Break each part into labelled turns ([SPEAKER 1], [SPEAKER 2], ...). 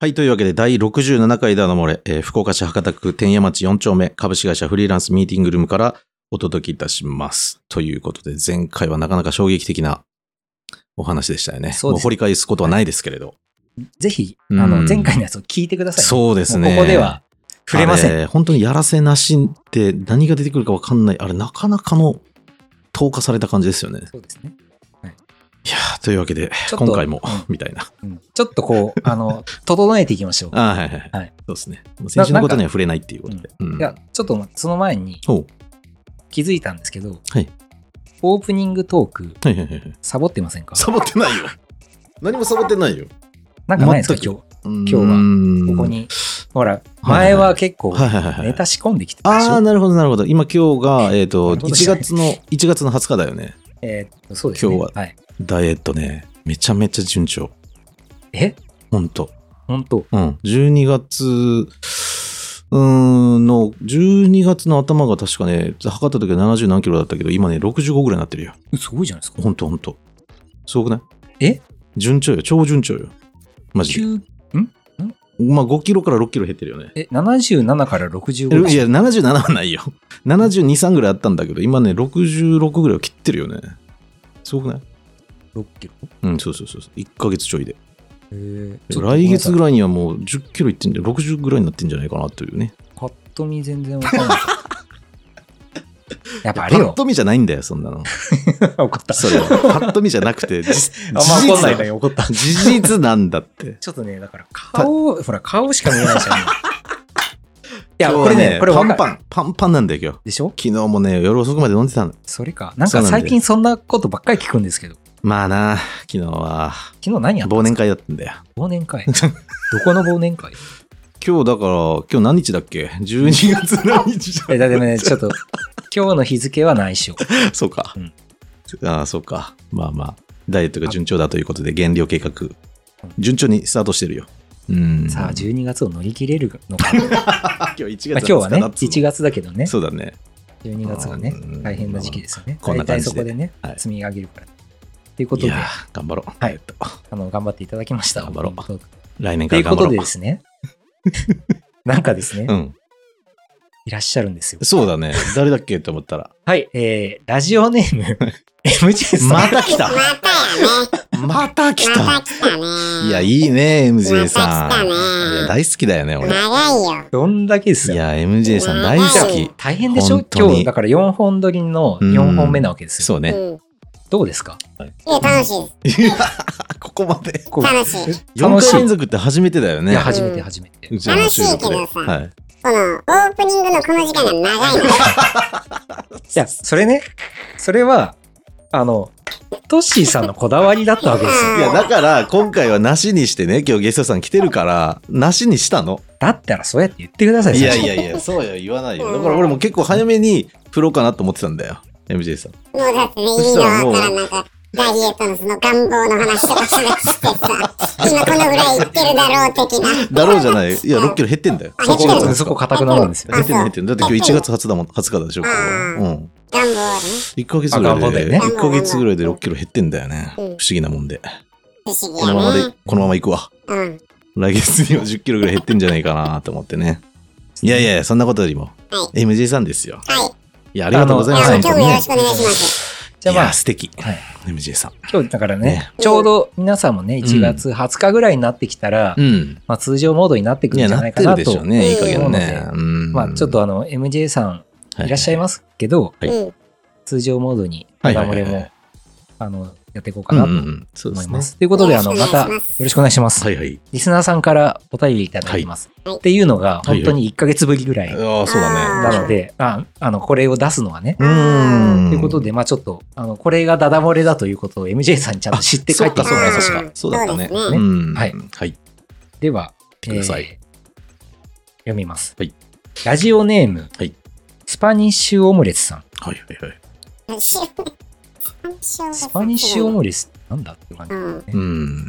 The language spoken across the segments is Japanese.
[SPEAKER 1] はい。というわけで、第67回だのもれ、えー福岡市博多区天屋町4丁目株式会社フリーランスミーティングルームからお届けいたします。ということで、前回はなかなか衝撃的なお話でしたよね。
[SPEAKER 2] そう
[SPEAKER 1] もう
[SPEAKER 2] です
[SPEAKER 1] 掘り返すことはないですけれど。
[SPEAKER 2] ぜひ、あ
[SPEAKER 1] うん
[SPEAKER 2] の、前回のやつを聞いてください。
[SPEAKER 1] そうです
[SPEAKER 2] も
[SPEAKER 1] ね。
[SPEAKER 2] うここでは触れません。
[SPEAKER 1] ん。本当にやらせなしって何が出てくるかわかんない。あれ、なかなかの投下された感じですよね。
[SPEAKER 2] そうですね。
[SPEAKER 1] いやーというわけで
[SPEAKER 2] ちょ、っと
[SPEAKER 1] 今回も、みたいな。
[SPEAKER 2] うんちょっとこう、あの、整えていきましょう。
[SPEAKER 1] あーはいはいは
[SPEAKER 2] はいい。
[SPEAKER 1] そうですね。もう先週のことには触れないっていうことで。うん
[SPEAKER 2] いや、ちょっとその前に
[SPEAKER 1] おう
[SPEAKER 2] 気づいたんですけど、
[SPEAKER 1] はい
[SPEAKER 2] オープニングトーク、
[SPEAKER 1] はいはいはいはい。
[SPEAKER 2] サボってません か
[SPEAKER 1] サボってないよ。何もサボってないよ。
[SPEAKER 2] なんかないですか、
[SPEAKER 1] 全
[SPEAKER 2] 今日。今日
[SPEAKER 1] は
[SPEAKER 2] ここ。に。ほら、
[SPEAKER 1] はいはい
[SPEAKER 2] 前は結構、
[SPEAKER 1] はいはいはいはい。
[SPEAKER 2] ネタ仕込んできてたでし
[SPEAKER 1] ああ、
[SPEAKER 2] ょ。
[SPEAKER 1] なるほど、なるほど。今、今日が、えっ、と、
[SPEAKER 2] そうで
[SPEAKER 1] 1
[SPEAKER 2] したね
[SPEAKER 1] 月の、1月の20日だよね。
[SPEAKER 2] えーっとそうですね。
[SPEAKER 1] 今日
[SPEAKER 2] はい。
[SPEAKER 1] ダイエットね。めちゃめちゃ順調。
[SPEAKER 2] え
[SPEAKER 1] ほんと。
[SPEAKER 2] 本当
[SPEAKER 1] うん。12月、うーんの、12月の頭が確かね、測った時は70何キロだったけど、今ね、65ぐらいになってるよ。
[SPEAKER 2] すごいじゃないですか。
[SPEAKER 1] ほんとほんと。すごくない
[SPEAKER 2] え
[SPEAKER 1] 順調よ。超順調よ。マジで。
[SPEAKER 2] 9
[SPEAKER 1] まあ、5キロから6キロ減ってるよね。
[SPEAKER 2] え、77から65
[SPEAKER 1] いや、77はないよ。72、3ぐらいあったんだけど、今ね、66ぐらいを切ってるよね。すごくない
[SPEAKER 2] 6キロ。
[SPEAKER 1] うん、そうそうそうそう。1ヶ月ちょいで。
[SPEAKER 2] えー
[SPEAKER 1] 来月ぐ
[SPEAKER 2] い。
[SPEAKER 1] らいにはもう10キロいってんじゃ、60ぐらいになってんじゃないかなというね。
[SPEAKER 2] パッと見全然わか んない。やっぱあれ
[SPEAKER 1] パッ
[SPEAKER 2] よ。
[SPEAKER 1] と見じゃないんだよ、そんなの。
[SPEAKER 2] 怒った。
[SPEAKER 1] それ は。パッと見じゃなくて、じ
[SPEAKER 2] あんま怒んな
[SPEAKER 1] 事
[SPEAKER 2] いの
[SPEAKER 1] 実
[SPEAKER 2] に怒った。
[SPEAKER 1] 事実なんだって。
[SPEAKER 2] ちょっとね、だから顔、ほら、顔しか見えないじゃ ん。い
[SPEAKER 1] 今
[SPEAKER 2] や、こ
[SPEAKER 1] 日は
[SPEAKER 2] れね、これ
[SPEAKER 1] パ
[SPEAKER 2] わ
[SPEAKER 1] ン
[SPEAKER 2] か
[SPEAKER 1] パ
[SPEAKER 2] る。
[SPEAKER 1] ン、パンパンなんだよ、今日。
[SPEAKER 2] でしょ
[SPEAKER 1] 昨日もね、夜遅くまで飲んでたの。
[SPEAKER 2] それか。なん
[SPEAKER 1] そう
[SPEAKER 2] か
[SPEAKER 1] なんだよ
[SPEAKER 2] 最近そんなことばっかり聞くんですけど、
[SPEAKER 1] まあな、昨日は、
[SPEAKER 2] 昨日何やった
[SPEAKER 1] 忘年会だったんだよ。
[SPEAKER 2] 忘年会。どこの忘 年会
[SPEAKER 1] 今日だから、今日何日だっけ ?12 月何日じゃん
[SPEAKER 2] え、だってね、ちょっと、今日の日付は内緒。
[SPEAKER 1] そうか。
[SPEAKER 2] うん
[SPEAKER 1] ああ、そうか。まあまあ、ダイエットが順調だということで、減量計画、順調にスタートしてるよ。うん。
[SPEAKER 2] さあ、
[SPEAKER 1] 今
[SPEAKER 2] 12月を乗り切れるのか。ま
[SPEAKER 1] 日1月
[SPEAKER 2] あ今日はね、
[SPEAKER 1] 夏
[SPEAKER 2] 1月だけどね、
[SPEAKER 1] そうだね。
[SPEAKER 2] 12月がね
[SPEAKER 1] うん、
[SPEAKER 2] 大変な時期ですよね。
[SPEAKER 1] こんな
[SPEAKER 2] 大
[SPEAKER 1] 感
[SPEAKER 2] 体
[SPEAKER 1] じで
[SPEAKER 2] そこでね
[SPEAKER 1] はい、
[SPEAKER 2] 積み上げるから。というこ
[SPEAKER 1] い
[SPEAKER 2] とで
[SPEAKER 1] や、ー、頑張ろう。
[SPEAKER 2] はい
[SPEAKER 1] えっと
[SPEAKER 2] あの、頑張っていただきました。
[SPEAKER 1] 頑張ろう
[SPEAKER 2] 本当
[SPEAKER 1] 来年
[SPEAKER 2] と
[SPEAKER 1] か
[SPEAKER 2] い
[SPEAKER 1] ら
[SPEAKER 2] うこ
[SPEAKER 1] 頑張ろう。
[SPEAKER 2] とでです ね、なんかですね、
[SPEAKER 1] うん。
[SPEAKER 2] いらっしゃるんですよ。
[SPEAKER 1] そうだね。誰だっけと思った ら。
[SPEAKER 2] はい、えー、ラジオ ネーム、MJ さん。
[SPEAKER 1] また来た
[SPEAKER 3] また
[SPEAKER 1] また来
[SPEAKER 3] やね。ま
[SPEAKER 1] た
[SPEAKER 3] た来たね。
[SPEAKER 1] いや、いいね、MJ さ
[SPEAKER 3] また来た
[SPEAKER 1] ん。
[SPEAKER 3] ね
[SPEAKER 1] いや、大好きだよね、俺。
[SPEAKER 3] 長いよ。
[SPEAKER 2] どんだけです
[SPEAKER 1] い
[SPEAKER 2] よ。
[SPEAKER 1] や、MJ さん大好き。
[SPEAKER 2] 大変でしょ
[SPEAKER 1] 本当に
[SPEAKER 2] 今日、だから4本撮りの
[SPEAKER 1] うん
[SPEAKER 2] 4本目なわけですよ。
[SPEAKER 1] そう
[SPEAKER 3] う
[SPEAKER 1] ね。
[SPEAKER 3] ん。
[SPEAKER 2] どうですか
[SPEAKER 3] いや、楽しいです。
[SPEAKER 1] ここまで。
[SPEAKER 2] こう
[SPEAKER 3] 楽しい
[SPEAKER 2] え
[SPEAKER 1] 4
[SPEAKER 2] 楽し
[SPEAKER 1] 回
[SPEAKER 2] い。
[SPEAKER 1] 連続って初めてだよ
[SPEAKER 2] い
[SPEAKER 1] ね
[SPEAKER 2] や、。初めて初めて。
[SPEAKER 1] うちらの収録で
[SPEAKER 3] 楽しいけどさ
[SPEAKER 1] はい。
[SPEAKER 3] この、オープニングのこの時間が長いの。
[SPEAKER 2] いや、それね、それは、あの、トッシーさんのこだわりだったわけですよ。
[SPEAKER 1] いやだから今回はなしにしてね今日ゲストさん来てるからなしにしたの
[SPEAKER 2] だったらそうやって言ってください。
[SPEAKER 1] いやい
[SPEAKER 2] 最初
[SPEAKER 1] やいやそうよ言わないよだから俺も結構早めに振ろうかなと思ってたんだよ MJ さん
[SPEAKER 3] もうだってね、意
[SPEAKER 1] そし
[SPEAKER 3] 味
[SPEAKER 1] た
[SPEAKER 3] の
[SPEAKER 1] らもう
[SPEAKER 3] わからん、なんか、ダイエットのその願望の話とかしだしてさ、今このぐらいいってるだろう的な。
[SPEAKER 1] だろうじゃないいや6キロ減ってんだよ
[SPEAKER 3] あ
[SPEAKER 2] そこ
[SPEAKER 3] 減って
[SPEAKER 2] が、
[SPEAKER 3] る
[SPEAKER 2] そこ、固くなるんですよ。
[SPEAKER 1] 減ってんの減ってんのだって今日1月20だもん20日だでしょこれ
[SPEAKER 3] あ
[SPEAKER 1] はうん
[SPEAKER 3] 願望はね、
[SPEAKER 1] 1ヶ月ぐら
[SPEAKER 2] あ頑張
[SPEAKER 1] い
[SPEAKER 2] って
[SPEAKER 1] で
[SPEAKER 2] ね
[SPEAKER 1] 1ヶ月ぐらいで6キロ減ってんだよね不
[SPEAKER 3] うん
[SPEAKER 1] 思議なもんで
[SPEAKER 3] 不思議
[SPEAKER 1] このまま
[SPEAKER 3] や
[SPEAKER 1] で
[SPEAKER 3] ね。
[SPEAKER 1] このまま行くわ
[SPEAKER 3] うん。
[SPEAKER 1] 来月には10キロぐらい減ってんじゃないかなと思ってねいやいやいやそんなことよりも
[SPEAKER 3] は
[SPEAKER 1] MJ さんですよ
[SPEAKER 3] はい。
[SPEAKER 1] いやありがとうござい
[SPEAKER 3] じ
[SPEAKER 1] ま
[SPEAKER 3] ゃ
[SPEAKER 1] す
[SPEAKER 3] あ、
[SPEAKER 1] 本当
[SPEAKER 3] 今日
[SPEAKER 1] に
[SPEAKER 3] もよ
[SPEAKER 1] ね
[SPEAKER 3] ろしくお願いします。
[SPEAKER 2] じゃあま
[SPEAKER 1] い
[SPEAKER 2] あ
[SPEAKER 1] や、素敵
[SPEAKER 2] はい
[SPEAKER 1] MJ さん
[SPEAKER 2] 今日だからね
[SPEAKER 1] ね、
[SPEAKER 2] ちょうど皆さんもね、1月20日ぐらいになってきたら、
[SPEAKER 1] うん
[SPEAKER 2] まあ通常モードになってく
[SPEAKER 1] い
[SPEAKER 2] る
[SPEAKER 1] や、
[SPEAKER 2] んじゃ
[SPEAKER 1] な
[SPEAKER 2] な
[SPEAKER 1] っ
[SPEAKER 2] いか
[SPEAKER 1] てる
[SPEAKER 2] な
[SPEAKER 1] でしょ
[SPEAKER 2] と
[SPEAKER 1] う。ね。いい加減ね。
[SPEAKER 2] 思
[SPEAKER 1] うん
[SPEAKER 2] まあちょっとあの、MJ さんいらっしゃい
[SPEAKER 1] ま
[SPEAKER 2] ますけど、
[SPEAKER 1] はい
[SPEAKER 3] うん。
[SPEAKER 2] 通常モードに、
[SPEAKER 1] は
[SPEAKER 2] 我
[SPEAKER 1] いはいはい
[SPEAKER 2] 々
[SPEAKER 1] はい
[SPEAKER 2] も、あの、やっていこう
[SPEAKER 1] す
[SPEAKER 2] かなと
[SPEAKER 1] うんうんうん。そうで
[SPEAKER 2] 思い
[SPEAKER 1] すね
[SPEAKER 2] ま。す。ということで、あの、
[SPEAKER 3] よろ
[SPEAKER 2] ま
[SPEAKER 3] しくお願い
[SPEAKER 2] た、
[SPEAKER 3] し
[SPEAKER 2] よ
[SPEAKER 3] ます
[SPEAKER 2] ろしくお願いします。
[SPEAKER 1] はいはい。
[SPEAKER 2] リスナーさんからお便りいただいてます。
[SPEAKER 3] はい
[SPEAKER 2] っていうのが、
[SPEAKER 1] はいはい
[SPEAKER 2] 本当に1ヶ月ぶりぐらい
[SPEAKER 1] ああ、そうだね。
[SPEAKER 2] なので、ああの、これを出すのはね。
[SPEAKER 1] うーん。
[SPEAKER 2] ということで、まあちょっと、あの、これがダダ漏れだということを MJ さんにちゃんと知って帰ってきてもらいましょう
[SPEAKER 3] あ
[SPEAKER 2] か。
[SPEAKER 3] ー
[SPEAKER 1] そうだったね。
[SPEAKER 3] そうです
[SPEAKER 2] ね
[SPEAKER 1] うん
[SPEAKER 2] はい
[SPEAKER 1] はい。
[SPEAKER 2] では、
[SPEAKER 1] てください
[SPEAKER 2] えー読みます。
[SPEAKER 1] はい
[SPEAKER 2] ラジオネーム、
[SPEAKER 1] はい
[SPEAKER 2] スパニッシュオムレツさん。
[SPEAKER 1] はいはいはい。
[SPEAKER 3] ス
[SPEAKER 2] スパニッシュオムレツってなんだっていう感
[SPEAKER 3] う
[SPEAKER 2] じ。
[SPEAKER 3] ん。
[SPEAKER 1] うん。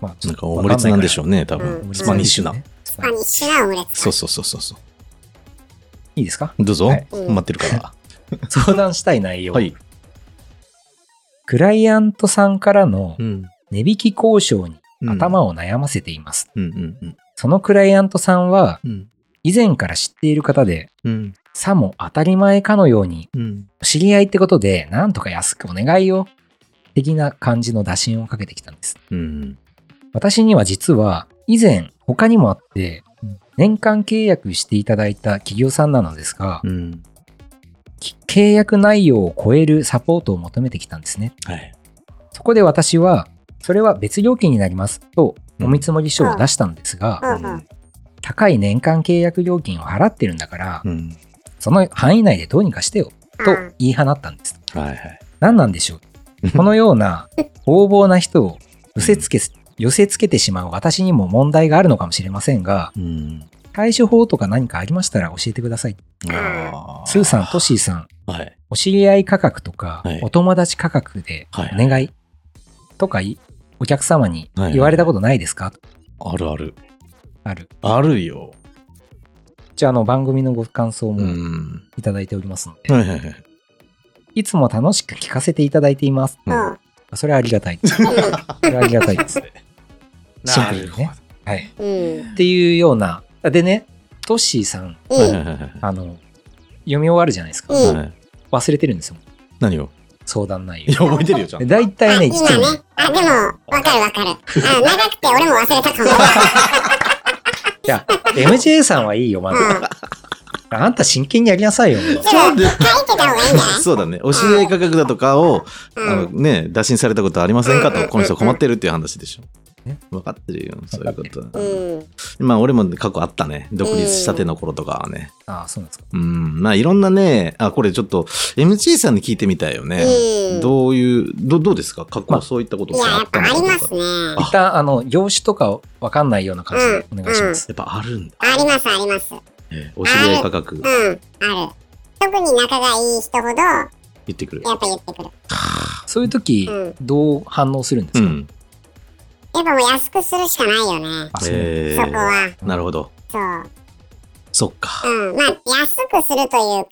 [SPEAKER 2] まあ、ち
[SPEAKER 1] なん
[SPEAKER 2] ょっ
[SPEAKER 1] か
[SPEAKER 2] と
[SPEAKER 1] オ
[SPEAKER 2] わ
[SPEAKER 1] ムレ
[SPEAKER 2] かん
[SPEAKER 1] ツ
[SPEAKER 2] ない
[SPEAKER 1] な
[SPEAKER 2] か
[SPEAKER 1] ん
[SPEAKER 2] ら
[SPEAKER 1] でしょうね、多分
[SPEAKER 3] う。ん
[SPEAKER 1] スパニッシュな。
[SPEAKER 2] ね
[SPEAKER 3] スパニッシュなオムレツ。
[SPEAKER 1] そうそうそうそうそう。そうそうそうそ
[SPEAKER 3] う。
[SPEAKER 1] う。
[SPEAKER 2] いいですか
[SPEAKER 1] どうぞ、
[SPEAKER 2] はい
[SPEAKER 1] 待ってるから。
[SPEAKER 2] 相談したい内容。
[SPEAKER 1] はい。
[SPEAKER 2] クライアントさんからの
[SPEAKER 1] うん。
[SPEAKER 2] 値引き交渉に
[SPEAKER 1] を。
[SPEAKER 2] 頭を悩ませています。
[SPEAKER 1] うんうんうん。
[SPEAKER 2] そのクライアントさんは
[SPEAKER 1] うん。
[SPEAKER 2] 以前から知っている方で、
[SPEAKER 1] うん。
[SPEAKER 2] さも当たり前かのように、
[SPEAKER 1] うん。
[SPEAKER 2] 知り合いってことで、なんとか安くお願いよ。的な感じの打診をかけてきたんです。
[SPEAKER 1] うん。
[SPEAKER 2] 私には実は、以前他にもあって
[SPEAKER 1] うん、
[SPEAKER 2] 年間契約していただいた企業さんなのですが、
[SPEAKER 1] うん。
[SPEAKER 2] き契約内容を超えるサポートを求めてきたんですね。
[SPEAKER 1] はい。
[SPEAKER 2] そこで私は、それは別料金になりますと、お見積もり書を出したんですが、
[SPEAKER 3] ほうほう。
[SPEAKER 2] 高い年間契約料金を払ってるんだから、
[SPEAKER 1] うん。
[SPEAKER 2] その範囲内でどうにかしてよ、と
[SPEAKER 3] あ
[SPEAKER 2] 言い放ったんです。
[SPEAKER 1] はいはい。
[SPEAKER 2] 何なんでしょ うこのような横暴な人を寄せつけ、寄せつけてしまう私にも問題があるのかもしれませんが、
[SPEAKER 1] うん。
[SPEAKER 2] 対処法とか何かありましたら教えてください。
[SPEAKER 1] あー
[SPEAKER 2] スーさん、トシーさん、
[SPEAKER 1] はい。
[SPEAKER 2] お知り合い価格とか
[SPEAKER 1] はい、
[SPEAKER 2] お友達価格で
[SPEAKER 1] はい
[SPEAKER 2] お願いとかいお客様に
[SPEAKER 1] はい
[SPEAKER 2] 言われたことないですか、
[SPEAKER 1] あるある。
[SPEAKER 2] ある。
[SPEAKER 1] あるよ。
[SPEAKER 2] じゃあ、あの、番組のご感想
[SPEAKER 1] う
[SPEAKER 2] も
[SPEAKER 1] ん。
[SPEAKER 2] いただいておりますので、
[SPEAKER 1] はいはいはい。
[SPEAKER 2] いつも楽しく聞かせていただいています。
[SPEAKER 1] うん
[SPEAKER 3] ほう。
[SPEAKER 2] それはありがたい。 それはありがたいです。シンプルにね。はい。
[SPEAKER 3] うん。
[SPEAKER 2] っていうような。でね、トッシーさん、
[SPEAKER 3] いい。
[SPEAKER 1] はいはいはい
[SPEAKER 2] あの、読み終わるじゃないですか。
[SPEAKER 3] うん
[SPEAKER 1] はいはい。
[SPEAKER 2] 忘れてるんですよ。
[SPEAKER 1] 何を
[SPEAKER 2] 相談内
[SPEAKER 1] い や、
[SPEAKER 2] 容。
[SPEAKER 1] 覚えてるよ、ちゃん
[SPEAKER 2] で
[SPEAKER 1] と。
[SPEAKER 2] 大体
[SPEAKER 3] あ、
[SPEAKER 2] ね、
[SPEAKER 3] 今
[SPEAKER 2] 1
[SPEAKER 3] ね。あ、でも、わかるわかる。あ、長くて俺も忘れたかも。
[SPEAKER 2] いや、MJ さんはいいよ、まだ。
[SPEAKER 3] うん。
[SPEAKER 2] あんた真剣にやりなさいよ。
[SPEAKER 3] でも、書いてた方がいいんじゃない
[SPEAKER 1] そうだね。お知り合い価格だとかを、
[SPEAKER 3] うん
[SPEAKER 1] あのね、打診されたことありませんか
[SPEAKER 3] うんうんうん
[SPEAKER 1] と、
[SPEAKER 3] うん
[SPEAKER 1] この人困ってるっていう話でしょ
[SPEAKER 2] ね。
[SPEAKER 1] 分かってるよ、そういうことは。
[SPEAKER 3] うん。
[SPEAKER 1] まあ、俺も過去あったね。独立したての頃とかはね。
[SPEAKER 2] ああ、そうなんですか。
[SPEAKER 1] うん。まあ、いろんなね、あ、これちょっと、MG さんに聞いてみたいよね。
[SPEAKER 3] うん。
[SPEAKER 1] どういう、どどうですか過去そういったこと
[SPEAKER 3] い
[SPEAKER 1] って
[SPEAKER 3] や、
[SPEAKER 1] あ
[SPEAKER 3] や
[SPEAKER 1] っ
[SPEAKER 3] っぱ
[SPEAKER 1] た
[SPEAKER 3] あ
[SPEAKER 1] の
[SPEAKER 3] り
[SPEAKER 1] か
[SPEAKER 3] ま
[SPEAKER 1] と
[SPEAKER 3] す
[SPEAKER 1] か。
[SPEAKER 3] ね。
[SPEAKER 2] 一旦、あの、業種とかわかんないような感じでお願いします。
[SPEAKER 1] やっぱあるんだ。
[SPEAKER 3] あります、あります。うん。
[SPEAKER 1] ええお知り合い価格
[SPEAKER 3] ある。特に仲がいい人ほど、やっ
[SPEAKER 1] 言ってくる。
[SPEAKER 3] ぱ言ってくる。
[SPEAKER 2] そういう時、
[SPEAKER 3] うん
[SPEAKER 2] どう反応するんで
[SPEAKER 1] う
[SPEAKER 2] すか、
[SPEAKER 1] ん。
[SPEAKER 3] やっぱもう安くするしかないよね。
[SPEAKER 2] あそう
[SPEAKER 1] え
[SPEAKER 3] そこ
[SPEAKER 1] え
[SPEAKER 3] は。
[SPEAKER 1] なるほど。
[SPEAKER 3] そう。
[SPEAKER 1] そっか。
[SPEAKER 3] うん。まあ、安くするというか、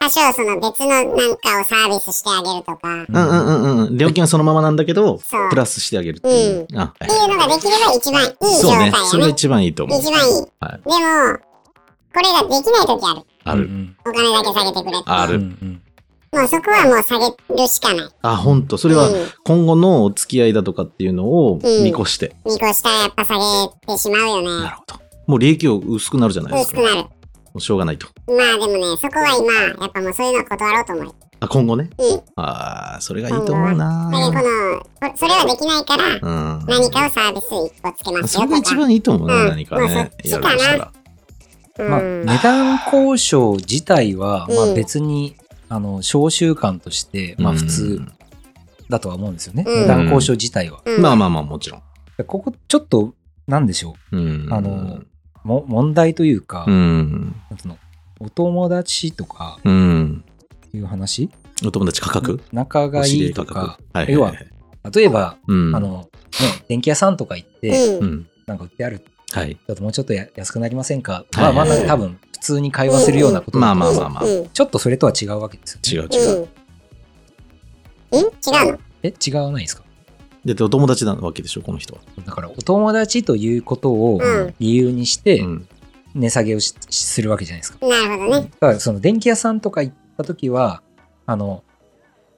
[SPEAKER 3] 多少その別のなんかをサービスしてあげるとか、っ
[SPEAKER 1] うんうんうんうん。料金はそのままなんだけど
[SPEAKER 3] そう、
[SPEAKER 1] プラスしてあげるっていう。あ、はい
[SPEAKER 3] ていうのができれば一番いい状
[SPEAKER 1] そう
[SPEAKER 3] 態
[SPEAKER 1] ね。それ
[SPEAKER 3] や
[SPEAKER 1] が
[SPEAKER 3] ね。
[SPEAKER 1] 一番いいと思う。
[SPEAKER 3] 一番いい。でも、
[SPEAKER 1] はい。
[SPEAKER 3] これができない時ある。
[SPEAKER 1] あ
[SPEAKER 2] う
[SPEAKER 1] る。
[SPEAKER 2] ん
[SPEAKER 3] お金だけ下げてくれって。
[SPEAKER 1] あ
[SPEAKER 2] うん、
[SPEAKER 1] る
[SPEAKER 2] うん
[SPEAKER 3] もうそこはもう下げるしかない。
[SPEAKER 1] あ、ほんと。そ
[SPEAKER 3] そ
[SPEAKER 1] れは今後のお付き合いだとかっていうのを見越して。
[SPEAKER 3] 見越したらやっぱ下げてしまうよ
[SPEAKER 1] な
[SPEAKER 3] ね。
[SPEAKER 1] るほど。もう利益を薄くなるじゃないです
[SPEAKER 3] 薄
[SPEAKER 1] か。
[SPEAKER 3] く
[SPEAKER 1] も
[SPEAKER 3] なる。
[SPEAKER 1] うしょうがないと。
[SPEAKER 3] まあでもね、そこは今、やっぱもうそういうの断ろうと思う。
[SPEAKER 1] あ、今後ね。
[SPEAKER 3] うん。だ
[SPEAKER 1] ああ、それがいいと思う
[SPEAKER 3] けどこ
[SPEAKER 1] な。
[SPEAKER 3] の、こそれはできないから、
[SPEAKER 1] うん。
[SPEAKER 3] 何かをサービス一個つけます
[SPEAKER 1] そ
[SPEAKER 3] よ
[SPEAKER 1] れが
[SPEAKER 3] と
[SPEAKER 1] 一
[SPEAKER 3] か。
[SPEAKER 1] 番いいと思う
[SPEAKER 3] う
[SPEAKER 1] な、
[SPEAKER 3] ん
[SPEAKER 1] 何かね
[SPEAKER 3] ま。あそ
[SPEAKER 1] やるとしたら。
[SPEAKER 3] うん
[SPEAKER 2] まあ、値段交渉自体は、まあ、別に、あの、小習慣として、まあ、普通だとは思うんですよね。
[SPEAKER 3] うん
[SPEAKER 2] 値段交渉自体は。
[SPEAKER 1] う。
[SPEAKER 3] うんん
[SPEAKER 1] まあまあまあ、もちろん。
[SPEAKER 2] ここ、ちょっと、なんでしょ
[SPEAKER 1] うん。
[SPEAKER 2] あのう。も問題というか、
[SPEAKER 1] うん。
[SPEAKER 2] なんつうのお友達とか
[SPEAKER 1] うん。
[SPEAKER 2] いう話
[SPEAKER 1] お友達価格
[SPEAKER 2] 仲
[SPEAKER 1] お
[SPEAKER 2] が
[SPEAKER 1] 知り合
[SPEAKER 2] い
[SPEAKER 1] い
[SPEAKER 2] い
[SPEAKER 1] 価
[SPEAKER 2] と
[SPEAKER 1] 格。はい
[SPEAKER 2] か、
[SPEAKER 1] はいい。
[SPEAKER 2] 要は例えば、
[SPEAKER 1] うん。
[SPEAKER 2] あ、の、ね、電気屋さんとか行って、
[SPEAKER 3] う。
[SPEAKER 1] うんん。
[SPEAKER 2] なんか売ってある、
[SPEAKER 1] はい。
[SPEAKER 2] ちょっともうちょっとや安くなりませんか、
[SPEAKER 1] はい
[SPEAKER 2] まあ、ま
[SPEAKER 3] は
[SPEAKER 2] あ、
[SPEAKER 3] いはい
[SPEAKER 2] 多分、普通に会話するようなことだと
[SPEAKER 1] まあまあまあ
[SPEAKER 3] うん。うん
[SPEAKER 2] ちょっとそれとは違うわけですよ、ね。
[SPEAKER 1] 違う
[SPEAKER 3] うん
[SPEAKER 1] 違う。
[SPEAKER 3] ん違うの
[SPEAKER 2] え、違わないですか
[SPEAKER 1] だってお友達なわけでしょ、この人は。
[SPEAKER 2] だから、お友達ということを
[SPEAKER 3] うん
[SPEAKER 2] 理由にして
[SPEAKER 1] う、ん。
[SPEAKER 2] 値下げをししするわけじゃないですか。
[SPEAKER 3] なるほどね。
[SPEAKER 2] だから、その電気屋さんとか行った時は、あの、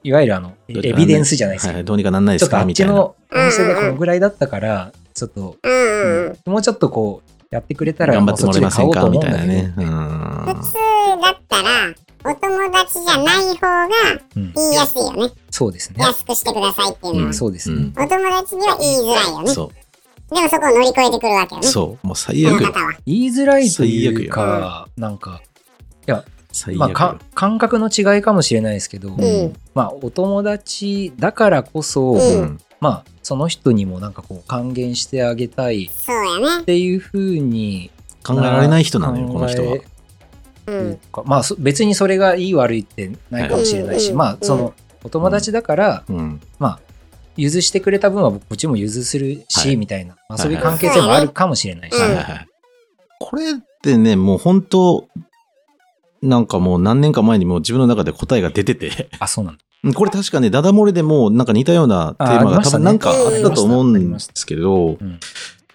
[SPEAKER 2] いわゆるあの、
[SPEAKER 1] どうにかなんな
[SPEAKER 2] エ
[SPEAKER 1] い
[SPEAKER 2] ビデンスじゃないです
[SPEAKER 1] は
[SPEAKER 2] か。
[SPEAKER 1] いどうにかなんないで
[SPEAKER 2] ちょ
[SPEAKER 1] す
[SPEAKER 2] っとあ
[SPEAKER 1] か
[SPEAKER 2] っ
[SPEAKER 1] み
[SPEAKER 2] ち
[SPEAKER 1] たいな。
[SPEAKER 2] のお店でこのぐらいだったから、ちょっと、
[SPEAKER 3] うんうん。
[SPEAKER 2] もうちょっとこう、やってくれたら、
[SPEAKER 1] 頑張ってもらえません
[SPEAKER 2] も
[SPEAKER 1] か
[SPEAKER 2] うそ
[SPEAKER 1] み
[SPEAKER 2] っち
[SPEAKER 1] たい
[SPEAKER 2] で買
[SPEAKER 1] な
[SPEAKER 2] おうと思うんだけど
[SPEAKER 1] ね。うん。
[SPEAKER 3] 普通だったら、お友達じゃない方が
[SPEAKER 2] うん
[SPEAKER 3] 言いやすいよね。
[SPEAKER 2] そうですね。
[SPEAKER 3] 安くしてくださいっていうのは。
[SPEAKER 2] そうですね。
[SPEAKER 1] うん
[SPEAKER 3] お友達には言いづらいよね。
[SPEAKER 1] そ
[SPEAKER 3] でもそこを乗り越えてくるわけよ
[SPEAKER 1] う。
[SPEAKER 3] ね。
[SPEAKER 1] そう。もう最
[SPEAKER 3] この
[SPEAKER 1] 悪よ
[SPEAKER 3] 方。は。
[SPEAKER 2] 言いづらいというか、なんか、
[SPEAKER 1] 最悪。
[SPEAKER 2] まあか、感覚の違いかもしれないですけど、
[SPEAKER 3] うん
[SPEAKER 2] まあ、お友達だからこそ、
[SPEAKER 3] う
[SPEAKER 1] うん。
[SPEAKER 2] まあ、その人にもなんかこう、還元してあげたいっ
[SPEAKER 3] そうやね。
[SPEAKER 2] ていうふうに
[SPEAKER 1] 考えられない人なのよ、この人は。
[SPEAKER 3] う
[SPEAKER 2] 考える
[SPEAKER 3] ん。
[SPEAKER 2] かまあ、そ別にそれがいい悪いってないかもしれないし、
[SPEAKER 3] うん
[SPEAKER 2] まあ、その、お友達だから、
[SPEAKER 1] うん。
[SPEAKER 2] 融通してくれた分は僕こっちも融通するし、
[SPEAKER 1] はい
[SPEAKER 2] みたいな、
[SPEAKER 1] は
[SPEAKER 2] まあ、
[SPEAKER 1] い
[SPEAKER 2] そ
[SPEAKER 1] は
[SPEAKER 2] う
[SPEAKER 1] いいう
[SPEAKER 2] 関係性もあるかもしれないし、
[SPEAKER 3] うん
[SPEAKER 1] はいはいはいこれってね、もう本当、なんかもう何年か前にもう自分の中で答えが出てて、
[SPEAKER 2] あ、そうなんだ。
[SPEAKER 1] うんこれ確かね、ダダ漏れでもなんか似たようなテーマ
[SPEAKER 2] ああり
[SPEAKER 1] が
[SPEAKER 2] ま
[SPEAKER 1] 多
[SPEAKER 2] した
[SPEAKER 1] 分
[SPEAKER 2] ね
[SPEAKER 1] なんかあ
[SPEAKER 3] うん
[SPEAKER 1] ったと思うんですけど、
[SPEAKER 2] うん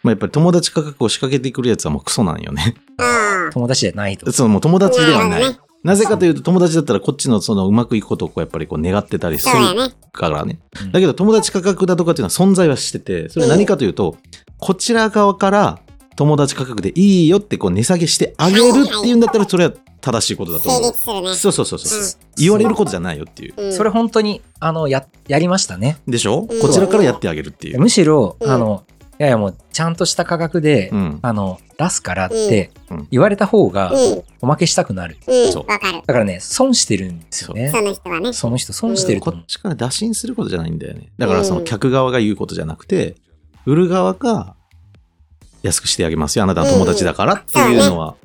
[SPEAKER 1] まあやっぱり友達価格を仕掛けてくるやつはもうクソなんよ ね。
[SPEAKER 3] あ
[SPEAKER 2] 友達じゃないと。
[SPEAKER 1] そのもう友
[SPEAKER 3] あ。
[SPEAKER 1] 達では
[SPEAKER 3] な
[SPEAKER 1] な
[SPEAKER 3] るほど
[SPEAKER 1] い
[SPEAKER 3] ね。。
[SPEAKER 1] なぜかというと友達だったらこっちのそのうまくいくことをこうやっぱりこう願ってたりす
[SPEAKER 3] そ
[SPEAKER 1] る
[SPEAKER 3] うやね。
[SPEAKER 1] からね
[SPEAKER 2] うん。
[SPEAKER 1] だけど友達価格だとかっていうのは存在はしてて、それは何かというと、こちら側から友達価格でいいよってこう値下げしてあげるっていうんだったらそれは正しいことだと
[SPEAKER 3] 成
[SPEAKER 1] 思う。
[SPEAKER 3] 立するね。。
[SPEAKER 1] そうそうそうそううん言われることじゃないよっていう。
[SPEAKER 3] うん、
[SPEAKER 2] それ本当に、あの、や、やりましたね。
[SPEAKER 1] でしょ
[SPEAKER 3] うん
[SPEAKER 1] こちらからやってあげるっていう。
[SPEAKER 2] むしろ、
[SPEAKER 3] うん
[SPEAKER 2] あの、いやいやもう、ちゃんとした価格で、
[SPEAKER 1] うん。
[SPEAKER 2] あの、出すからって
[SPEAKER 1] うん
[SPEAKER 2] 言われた方が
[SPEAKER 3] う、ん、
[SPEAKER 2] おまけしたくなる。
[SPEAKER 3] うん、
[SPEAKER 1] そう
[SPEAKER 3] わかる。
[SPEAKER 2] だからね、損してるんですよね
[SPEAKER 3] そ。の人はね。
[SPEAKER 2] その人損してると
[SPEAKER 1] こ
[SPEAKER 2] 思う
[SPEAKER 1] っ。ちから打診することじゃないんだよね。だからその客側が言うことじゃなくて、売る側が安くしてあげますよ。あなたは友達だからっていうのは、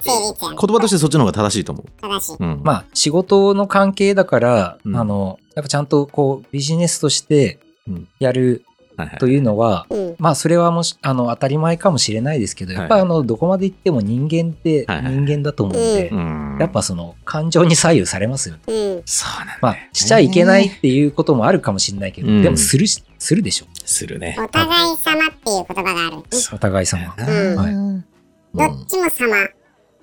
[SPEAKER 3] 成立やね。
[SPEAKER 1] 言葉としてそっちの方が正しいと思う。
[SPEAKER 3] 正しい。
[SPEAKER 1] うん。
[SPEAKER 2] ま
[SPEAKER 1] あ、
[SPEAKER 2] あ、仕事の関係だから、
[SPEAKER 1] うん
[SPEAKER 2] あの、やっぱちゃんとこう、ビジネスとして
[SPEAKER 1] うん
[SPEAKER 2] やる
[SPEAKER 1] はいはい
[SPEAKER 2] というのは、
[SPEAKER 3] うん。
[SPEAKER 2] まあ、それはもし、あの、当たり前かもしれないですけど、
[SPEAKER 1] はい
[SPEAKER 2] やっぱりあの、どこまで行っても人間って
[SPEAKER 1] はいはい
[SPEAKER 2] 人間だと思うんで、
[SPEAKER 1] うん
[SPEAKER 2] やっぱその、感情に左右されますよね。
[SPEAKER 3] うん。
[SPEAKER 1] そうなんだ
[SPEAKER 2] まあ、しちゃいけないっていうこともあるかもしれないけど、
[SPEAKER 1] うん
[SPEAKER 2] でも、するし、するでしょ。
[SPEAKER 1] するね。
[SPEAKER 3] お互い様っていう言葉があるね。
[SPEAKER 2] お互い様。
[SPEAKER 3] うん
[SPEAKER 2] はい
[SPEAKER 1] うん
[SPEAKER 3] どっちも様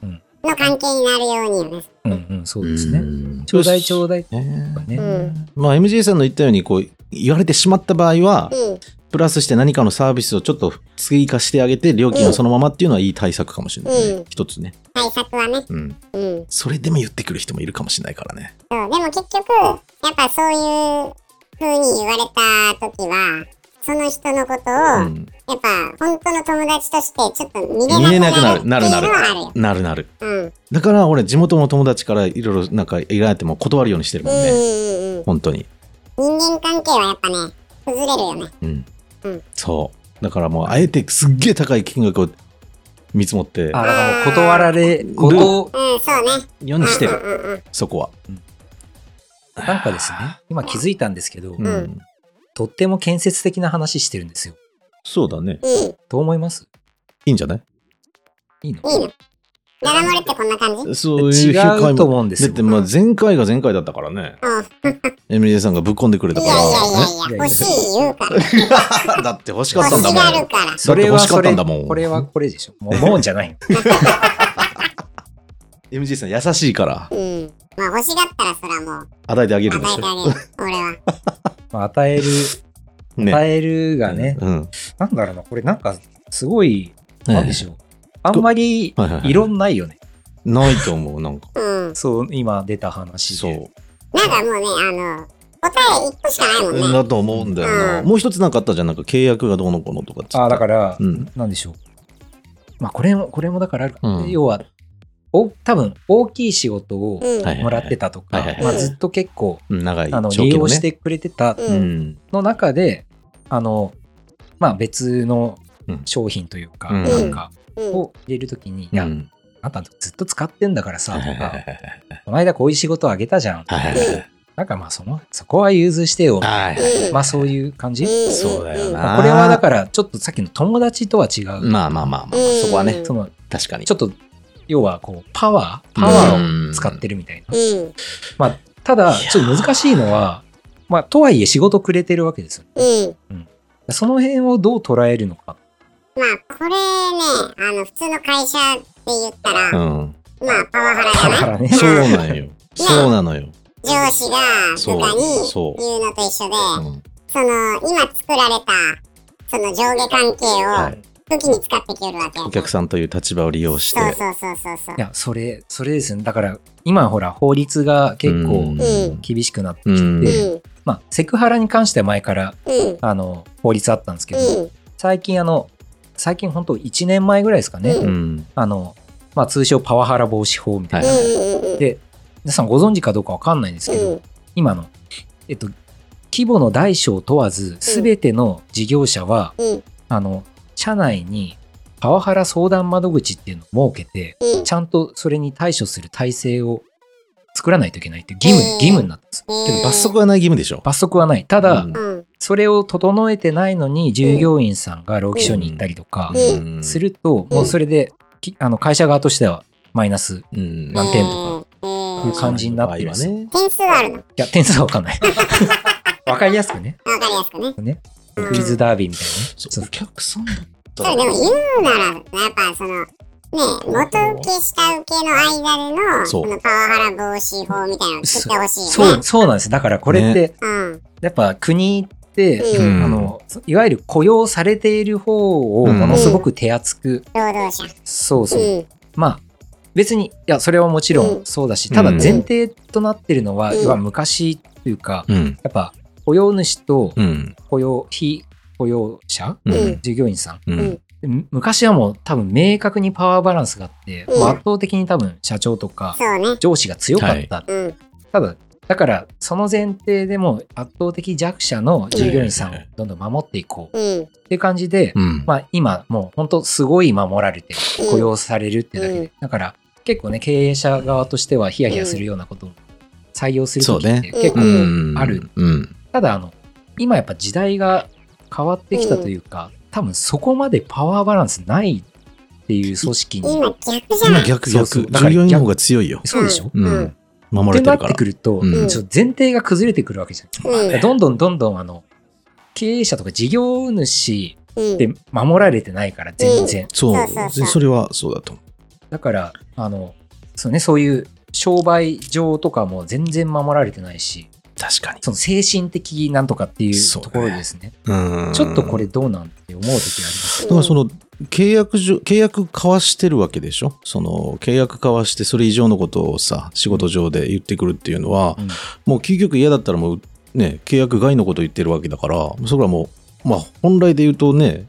[SPEAKER 2] うん
[SPEAKER 3] の関係になるようによね。
[SPEAKER 2] うんうん、そうですね。
[SPEAKER 1] ん
[SPEAKER 2] ちょうだいちょうだいと
[SPEAKER 1] ねえ
[SPEAKER 2] か
[SPEAKER 3] う
[SPEAKER 2] ね。
[SPEAKER 3] ん。
[SPEAKER 1] まあ MJ さんの言ったようにこう言われてしまった場合は
[SPEAKER 3] うん。
[SPEAKER 1] プラスして何かのサービスをちょっと追加してあげて料金はそのままっていうのはいい対策かもしれないね、
[SPEAKER 3] うん
[SPEAKER 1] 一つね、
[SPEAKER 3] 対策はね。
[SPEAKER 1] うん、
[SPEAKER 3] うん。
[SPEAKER 1] それでも言ってくる人もいるかもしれないからね
[SPEAKER 3] そう。でも結局、やっぱそういう風に言われた時は、その人のことを、
[SPEAKER 1] うん
[SPEAKER 3] やっぱ本当の友達としてちょっと
[SPEAKER 1] 見
[SPEAKER 3] 見
[SPEAKER 1] え
[SPEAKER 3] れ
[SPEAKER 1] な
[SPEAKER 3] な
[SPEAKER 1] く
[SPEAKER 3] く
[SPEAKER 1] な
[SPEAKER 3] な
[SPEAKER 1] る
[SPEAKER 3] るっていうのはあるよ。
[SPEAKER 1] なるなる
[SPEAKER 3] うん。
[SPEAKER 1] だから俺地元の友達からいろいろなんかいられても断るようにしてるもんね、
[SPEAKER 3] うんうんうん。
[SPEAKER 1] 本当に
[SPEAKER 3] 人間関係はやっぱね、崩れるよね。
[SPEAKER 1] うん、
[SPEAKER 3] うん
[SPEAKER 1] そうだからもうあえてすっげえ高い金額を見積もって
[SPEAKER 2] ああの、断られ、こと、
[SPEAKER 3] うん、そうね。
[SPEAKER 1] ようにして
[SPEAKER 3] うん
[SPEAKER 1] る
[SPEAKER 3] うんうん。
[SPEAKER 1] そこは
[SPEAKER 2] なんかですね、今気づいたんですけど、
[SPEAKER 1] うん、
[SPEAKER 3] うん
[SPEAKER 2] とっても建設的な話してるんですよ。
[SPEAKER 1] そうだね
[SPEAKER 3] いい。いい
[SPEAKER 2] どう思います
[SPEAKER 1] いいんじゃない
[SPEAKER 2] いいの
[SPEAKER 3] の。ダラ漏れってこんな感じ
[SPEAKER 1] そういう
[SPEAKER 2] 違うと
[SPEAKER 1] う
[SPEAKER 2] 思うんです
[SPEAKER 1] だっ
[SPEAKER 2] よ。
[SPEAKER 1] てまあ前回が前回だったからね
[SPEAKER 3] うん。
[SPEAKER 1] エミリーさんがぶっ込んでくれた
[SPEAKER 3] い
[SPEAKER 1] か
[SPEAKER 3] やいやい
[SPEAKER 1] ら
[SPEAKER 3] やいや、欲しい言うから。
[SPEAKER 1] ね だって欲しかったん
[SPEAKER 3] 欲
[SPEAKER 1] だ
[SPEAKER 3] し
[SPEAKER 1] も
[SPEAKER 3] がる
[SPEAKER 1] ん
[SPEAKER 3] から。
[SPEAKER 2] それはそ
[SPEAKER 1] だって欲しかった
[SPEAKER 2] れ、
[SPEAKER 1] んだもん
[SPEAKER 2] これはこれでしょ。もうもうじ ゃないの。
[SPEAKER 1] MJ さん優しいから
[SPEAKER 3] うん。まあ欲しがったらそらもう、
[SPEAKER 1] 与えてあげるで
[SPEAKER 3] 与え
[SPEAKER 1] してょ
[SPEAKER 3] あげる。俺は。
[SPEAKER 2] まあ与える、
[SPEAKER 1] ね
[SPEAKER 2] 与えるがね、
[SPEAKER 1] うん
[SPEAKER 2] なんだろうな、これなんかすごい、なんでしょう。あんまり
[SPEAKER 1] はいはいはい
[SPEAKER 2] 異論ないよね。
[SPEAKER 1] ないと思うなんか
[SPEAKER 3] うん。
[SPEAKER 2] そう、今出た話
[SPEAKER 1] そ
[SPEAKER 2] で。
[SPEAKER 1] う
[SPEAKER 3] なんかもうね、あの、答え一個しかないもんね。
[SPEAKER 1] だと思うんだよな
[SPEAKER 3] うん
[SPEAKER 1] もう一つなんかあったじゃんなんか契約がどうのこうのとかっつって
[SPEAKER 2] ああ、だから
[SPEAKER 1] う、ん
[SPEAKER 2] なんでしょう。まあこれも、これもだからある、
[SPEAKER 1] うん
[SPEAKER 2] 要は、お多分大きい仕事を
[SPEAKER 3] うん。
[SPEAKER 1] はい
[SPEAKER 2] もらってたとか、
[SPEAKER 1] はいはいはい
[SPEAKER 2] まあ、ずっと結構、
[SPEAKER 1] うん長い
[SPEAKER 2] あの
[SPEAKER 1] 長
[SPEAKER 2] 利
[SPEAKER 1] 期の
[SPEAKER 2] 用
[SPEAKER 1] ね
[SPEAKER 2] してくれてた
[SPEAKER 3] う。
[SPEAKER 1] うんん
[SPEAKER 2] の中で、あのまあ、別の
[SPEAKER 1] うん
[SPEAKER 2] 商品というか、
[SPEAKER 1] うん
[SPEAKER 2] なんか
[SPEAKER 3] うん。
[SPEAKER 2] を入れるときに、
[SPEAKER 1] う
[SPEAKER 2] いや、
[SPEAKER 1] ん
[SPEAKER 2] あんたずっと使ってんだからさ、
[SPEAKER 1] はい
[SPEAKER 2] と
[SPEAKER 1] はいはいは
[SPEAKER 2] か、
[SPEAKER 1] い
[SPEAKER 2] この間こういう仕事あげたじゃん。
[SPEAKER 1] はいはいはい
[SPEAKER 2] なんかまあその、そこは融通してよ。
[SPEAKER 1] はいはい
[SPEAKER 3] うん
[SPEAKER 2] まあそういう感じ。
[SPEAKER 3] うん
[SPEAKER 1] そうだよな
[SPEAKER 2] まあこれはだから、ちょっとさっきの友達とは違う。
[SPEAKER 1] まあまあまあまあ
[SPEAKER 3] うん
[SPEAKER 1] そこはね
[SPEAKER 2] その、
[SPEAKER 1] 確かに
[SPEAKER 2] ちょっと、要はこう、パワーパワーを使ってるみたいな。
[SPEAKER 3] うん。
[SPEAKER 2] ただ、
[SPEAKER 1] いやー
[SPEAKER 2] ちょっと難しいのは、まあ、とはいえ仕事くれてるわけですよ。
[SPEAKER 3] うん。
[SPEAKER 2] その辺をどう捉えるのか。
[SPEAKER 3] まあ、これね、あの、普通の会社で言ったら、
[SPEAKER 1] うん
[SPEAKER 3] まあ、パワハラじ
[SPEAKER 2] パ
[SPEAKER 3] ゃ
[SPEAKER 2] ワハ
[SPEAKER 3] な
[SPEAKER 2] ラ
[SPEAKER 3] い
[SPEAKER 2] ね。
[SPEAKER 1] そうなんよそうなのよ
[SPEAKER 3] 上司が
[SPEAKER 1] そう
[SPEAKER 3] 部下に
[SPEAKER 1] そう
[SPEAKER 3] 言うのと一緒で、
[SPEAKER 1] うん
[SPEAKER 3] その、今作られた、その上下関係
[SPEAKER 1] は
[SPEAKER 3] を
[SPEAKER 1] い、
[SPEAKER 3] 武器に使ってきよるわけや
[SPEAKER 1] お
[SPEAKER 3] ね。
[SPEAKER 1] 客さんという立場を利用して
[SPEAKER 3] そうそうそうそうそう
[SPEAKER 2] い。や、それ、それですね。だから、今ほら、法律が結構
[SPEAKER 3] うん
[SPEAKER 2] 厳しくなってき
[SPEAKER 1] う
[SPEAKER 2] て、
[SPEAKER 1] ん
[SPEAKER 3] うん。
[SPEAKER 2] まあ、セクハラに関しては前から、
[SPEAKER 3] うん。
[SPEAKER 2] あの、法律あったんですけど、
[SPEAKER 3] うん。
[SPEAKER 2] 最近、あの、最近本当1年前ぐらいですかね。
[SPEAKER 3] うん
[SPEAKER 1] うん
[SPEAKER 2] あの、まあ、通称パワハラ防止法みたいな。
[SPEAKER 1] は
[SPEAKER 3] うん。うん。
[SPEAKER 2] で、皆さんご存知かどうかわかんないんですけど、
[SPEAKER 3] うん。
[SPEAKER 2] 今の、えっと、規模の大小問わず、すべての事業者は、
[SPEAKER 3] うん。
[SPEAKER 2] あの、社内にパワハラ相談窓口っていうのを設けて、
[SPEAKER 3] うん。
[SPEAKER 2] ちゃんとそれに対処する体制を作らないといけないっていう義務、
[SPEAKER 3] うん
[SPEAKER 2] 義務になったんですよ。
[SPEAKER 3] け
[SPEAKER 1] けど罰則はない義務でしょ
[SPEAKER 2] 罰則はない。ただ、
[SPEAKER 1] うん
[SPEAKER 3] うん。
[SPEAKER 2] それを整えてないのに、従業員さんが労基署に行ったりとか
[SPEAKER 3] うん
[SPEAKER 2] すると、
[SPEAKER 3] うん
[SPEAKER 2] もうそれで、きあの会社側としては、マイナス。
[SPEAKER 1] う
[SPEAKER 2] い
[SPEAKER 1] ん。
[SPEAKER 2] 満点と
[SPEAKER 3] か。うん
[SPEAKER 2] こういう感じになってます
[SPEAKER 1] その場合はね。
[SPEAKER 3] 点数はあるのわ
[SPEAKER 2] や、点数はわかん ない。わかりやすくね。
[SPEAKER 3] かりやすくね。
[SPEAKER 2] ね。
[SPEAKER 3] うん
[SPEAKER 2] クイズダービーみたいなね。
[SPEAKER 1] そうお客さんだった
[SPEAKER 3] それでも言うなら、やっぱその、ね、元請け下請けの間での、
[SPEAKER 1] そう
[SPEAKER 3] そのパワハラ防止法みたいなの作ってほしいよね。
[SPEAKER 2] そう、そうなんです。だからこれって、
[SPEAKER 3] うん。
[SPEAKER 2] やっぱ国って、
[SPEAKER 3] うん。
[SPEAKER 1] うん
[SPEAKER 2] あの、いわゆる雇用されている方をものすごく手厚く、
[SPEAKER 3] 労働者。
[SPEAKER 2] そう
[SPEAKER 3] う
[SPEAKER 2] そう。
[SPEAKER 3] ん。
[SPEAKER 2] まあ、別に、いや、それはもちろ
[SPEAKER 3] うんん
[SPEAKER 2] そうだし、ただ
[SPEAKER 1] うん
[SPEAKER 2] 前提となってるのは、
[SPEAKER 3] うん
[SPEAKER 2] 要は昔というか、
[SPEAKER 1] うん。
[SPEAKER 2] やっぱ雇用主と
[SPEAKER 1] うん。
[SPEAKER 2] 雇用、非雇用者、
[SPEAKER 1] うん
[SPEAKER 3] うん
[SPEAKER 2] 従業員さん。
[SPEAKER 1] うん。
[SPEAKER 3] うん
[SPEAKER 2] でむ昔はもう多分明確にパワーバランスがあって、
[SPEAKER 3] うん
[SPEAKER 2] もう圧倒的に多分社長とか
[SPEAKER 3] そうね。
[SPEAKER 2] 上司が強かった。
[SPEAKER 3] うん。
[SPEAKER 2] ただ、だからその前提でもう圧倒的弱者の従業員さんをどんどん守っていこう
[SPEAKER 3] うん。
[SPEAKER 2] っていう感じで、
[SPEAKER 1] うん。
[SPEAKER 2] まあ今もう本当すごい守られてる
[SPEAKER 3] うん
[SPEAKER 2] 雇用されるってだけで、
[SPEAKER 3] うん
[SPEAKER 2] だから結構ね経営者側としてはヒヤヒヤするようなことを採用する時って
[SPEAKER 1] そ
[SPEAKER 3] ね
[SPEAKER 2] 結構、
[SPEAKER 1] うん
[SPEAKER 2] ある。
[SPEAKER 1] うん。
[SPEAKER 2] ただあの今やっぱ時代が変わってきたというか、多分そこまでパワーバランスないっていう組織に、
[SPEAKER 3] 今逆じゃな
[SPEAKER 1] 今
[SPEAKER 3] い
[SPEAKER 1] 逆
[SPEAKER 2] そうそ
[SPEAKER 1] 逆
[SPEAKER 2] う。だから
[SPEAKER 1] 従業員の方が強いよ。
[SPEAKER 2] そうでしょ、
[SPEAKER 1] う
[SPEAKER 3] うんん。
[SPEAKER 1] 守
[SPEAKER 2] っ
[SPEAKER 1] れ
[SPEAKER 2] て
[SPEAKER 1] て
[SPEAKER 2] な
[SPEAKER 1] る
[SPEAKER 2] っ
[SPEAKER 1] か
[SPEAKER 2] て
[SPEAKER 1] ら
[SPEAKER 2] く。ると、
[SPEAKER 1] うん
[SPEAKER 2] ちょっと前提が崩れてくるわけじゃない
[SPEAKER 3] うん
[SPEAKER 2] だからどんどんどんどんあの経営者とか事業主
[SPEAKER 3] うん
[SPEAKER 2] って守られてないから全然、
[SPEAKER 1] そう
[SPEAKER 3] そうそうそう
[SPEAKER 1] それはそうだと思
[SPEAKER 2] だから、あの、そうね、そういう商売上とかも全然守られてないし、
[SPEAKER 1] う。確かに。
[SPEAKER 2] その精神的なんとかっていう
[SPEAKER 1] そう
[SPEAKER 2] と
[SPEAKER 1] ね
[SPEAKER 2] ころですね。
[SPEAKER 1] うん
[SPEAKER 2] ちょっとこれどうなんて思う時あります。
[SPEAKER 1] だからその契約上契約交わしてるわけでしょその契約交わしてそれ以上のことをさ仕事上で言ってくるっていうのは、
[SPEAKER 2] うん
[SPEAKER 1] もう究極嫌だったらもうね契約外のこと言ってるわけだからそこはもうまあ本来で言うとね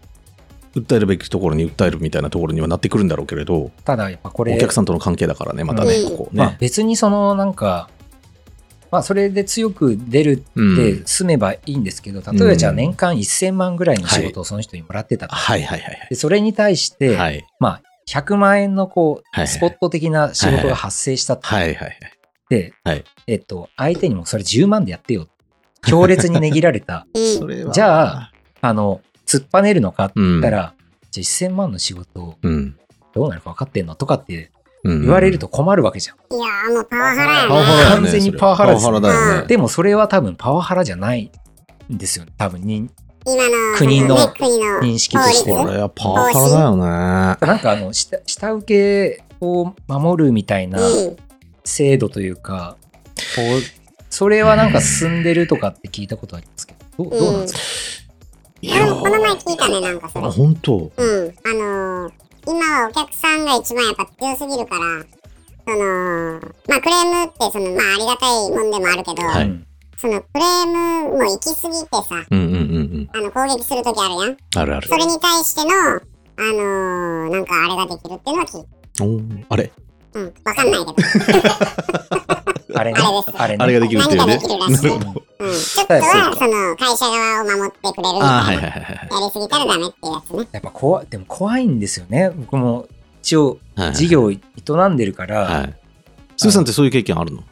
[SPEAKER 1] 訴えるべきところに訴えるみたいなところにはなってくるんだろうけれど、
[SPEAKER 2] ただ、やっぱこれ、
[SPEAKER 1] お客さんとの関係だからねまたね、
[SPEAKER 3] うん
[SPEAKER 1] ここ
[SPEAKER 2] まあ
[SPEAKER 1] ね、
[SPEAKER 2] 別にそのなんか、まあそれで強く出るって済めばいいんですけど、例えばじゃあ
[SPEAKER 1] うん
[SPEAKER 2] 年間1000万ぐらいの仕事をその人にもらってたと。
[SPEAKER 1] はいはいはい
[SPEAKER 2] でそれに対し
[SPEAKER 1] は
[SPEAKER 2] て、
[SPEAKER 1] いはい
[SPEAKER 2] まあ100万円のこう、
[SPEAKER 1] はいはい
[SPEAKER 2] スポット的な仕事が発生したって
[SPEAKER 1] はいはい
[SPEAKER 2] で、
[SPEAKER 1] はい
[SPEAKER 2] えっと、相手にもそれ10万でやってよ。強烈に値切られた。
[SPEAKER 3] うん
[SPEAKER 1] それは
[SPEAKER 2] じゃああの、突っぱねるのかって
[SPEAKER 1] うん
[SPEAKER 2] 言ったら、じゃあ1000万の仕事
[SPEAKER 1] うん
[SPEAKER 2] どうなるか分かってんのとかって
[SPEAKER 1] うん
[SPEAKER 2] 言われると困るわけじゃん。
[SPEAKER 3] いやーもうパワハラや
[SPEAKER 2] パワハ
[SPEAKER 1] だよ
[SPEAKER 2] ラ
[SPEAKER 3] ね。
[SPEAKER 1] ね
[SPEAKER 2] 完全にパワハラです
[SPEAKER 1] パワハラだよね
[SPEAKER 2] でもそれは多分パワハラじゃないんですよね。多分に、
[SPEAKER 3] 今の
[SPEAKER 2] 国の
[SPEAKER 3] ね国の
[SPEAKER 2] 認識として
[SPEAKER 1] こ
[SPEAKER 3] 法律
[SPEAKER 1] れはパワハラだよね
[SPEAKER 2] なんかあの、下下請けを守るみたいな
[SPEAKER 3] うん
[SPEAKER 2] 制度というか、こう、それはなんか進んでるとかって聞いたことありますけど、どうどうなんですか
[SPEAKER 1] い
[SPEAKER 3] このこの前
[SPEAKER 1] ー
[SPEAKER 3] 聞いたね、なんかそれ。
[SPEAKER 1] あ本当
[SPEAKER 3] うん。あのー、今はお客さんが一番やっぱ強すぎるから、その、まあクレームってその、まあありがたいもんでもあるけど、
[SPEAKER 1] はいううん
[SPEAKER 3] そのクレームも行き過ぎてさ、
[SPEAKER 1] うんうんうんうん
[SPEAKER 3] あの攻撃するときあるやん。
[SPEAKER 1] あるある
[SPEAKER 3] それに対しての、あのー、なんかあれができるっていうのは聞い
[SPEAKER 1] おーあれ
[SPEAKER 3] うん。わかんないけど。
[SPEAKER 2] あれね
[SPEAKER 3] あれです。
[SPEAKER 2] あれ
[SPEAKER 1] あれが
[SPEAKER 2] ね。
[SPEAKER 1] できるっていうね
[SPEAKER 3] 何ができるらしい
[SPEAKER 1] なるほど
[SPEAKER 3] うん。ちょっとは、その、会社側を守ってくれるみたいな。
[SPEAKER 1] あーはいはいはいはい
[SPEAKER 3] やりすぎたらダメっていうやつね。
[SPEAKER 2] やっぱ怖い、でも怖いんですよね。僕も一応
[SPEAKER 1] はいはい
[SPEAKER 2] 事業を営んでるから、い
[SPEAKER 1] はいスーさんってそういう経験あるの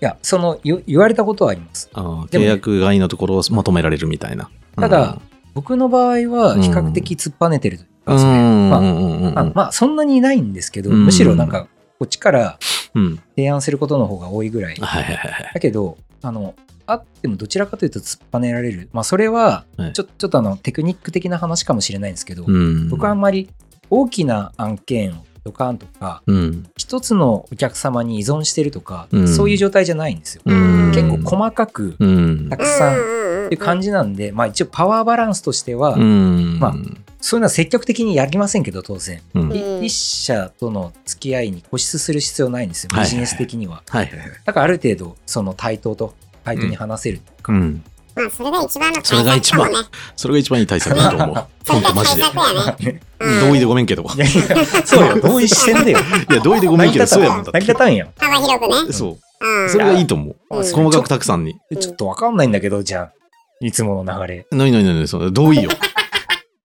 [SPEAKER 2] や、そのよ言われたことはあります。
[SPEAKER 1] あー
[SPEAKER 2] で
[SPEAKER 1] 契
[SPEAKER 2] もね
[SPEAKER 1] 約外のところをまとめられるみたいな
[SPEAKER 2] ただ僕の場合は
[SPEAKER 1] うん
[SPEAKER 2] 比較的突っぱねてるという
[SPEAKER 1] う
[SPEAKER 2] かですね、
[SPEAKER 1] ん
[SPEAKER 2] ま
[SPEAKER 1] う
[SPEAKER 2] あ
[SPEAKER 1] んうんうん
[SPEAKER 2] まあ、まあそんなにいないんですけど、
[SPEAKER 1] うん
[SPEAKER 2] むしろなんかこっちから
[SPEAKER 1] うん
[SPEAKER 2] 提案することの方が多いぐらい。
[SPEAKER 1] はいはいはいはい
[SPEAKER 2] だけど、あの、あってもどちらかというと突っぱねられる。まあそれは
[SPEAKER 1] はい
[SPEAKER 2] ちょ、ちょっとあのテクニック的な話かもしれないんですけど、
[SPEAKER 1] うん
[SPEAKER 2] 僕はあんまり大きな案件をドカンとか、
[SPEAKER 1] うん
[SPEAKER 2] 一つのお客様に依存してるとか、
[SPEAKER 1] うん
[SPEAKER 2] そういう状態じゃないんですよ。
[SPEAKER 1] うん
[SPEAKER 2] 結構細かく、
[SPEAKER 1] うん
[SPEAKER 2] たく
[SPEAKER 3] う
[SPEAKER 2] さんっ
[SPEAKER 3] んうんうん。
[SPEAKER 2] ていう感じなんで、まあ一応パワーバランスとしては、
[SPEAKER 1] うん
[SPEAKER 2] まあそういうのは積極的にやりませんけど、当然。
[SPEAKER 1] うんはい
[SPEAKER 3] うん
[SPEAKER 2] い一社との付き合いに固執する必要ないんですよ、
[SPEAKER 1] はい
[SPEAKER 2] ビジネス的には。
[SPEAKER 1] はいはい
[SPEAKER 2] だからある程度、その対等と、対等に話せる。
[SPEAKER 1] うん
[SPEAKER 3] まあ、それが一番の対
[SPEAKER 1] それが
[SPEAKER 3] 策
[SPEAKER 1] 一
[SPEAKER 3] かも
[SPEAKER 1] 番
[SPEAKER 3] ね。
[SPEAKER 1] それが一番いい対策だと思 う本当マジで
[SPEAKER 3] それが対策やね。うん
[SPEAKER 1] 同意でごめんけど
[SPEAKER 2] いやいや、そうよ、同意してんだよ。
[SPEAKER 1] いや同意でごめんけどそうやもんだっ
[SPEAKER 2] 成り立たんやん。
[SPEAKER 3] 幅広くね
[SPEAKER 1] て。そう
[SPEAKER 3] うん。
[SPEAKER 1] それがいいと思う
[SPEAKER 3] うん
[SPEAKER 1] 細かくたくさんに
[SPEAKER 2] でちょっとわかんないんだけど、じゃあ、いつもの流れ。
[SPEAKER 1] 何何何その同意よ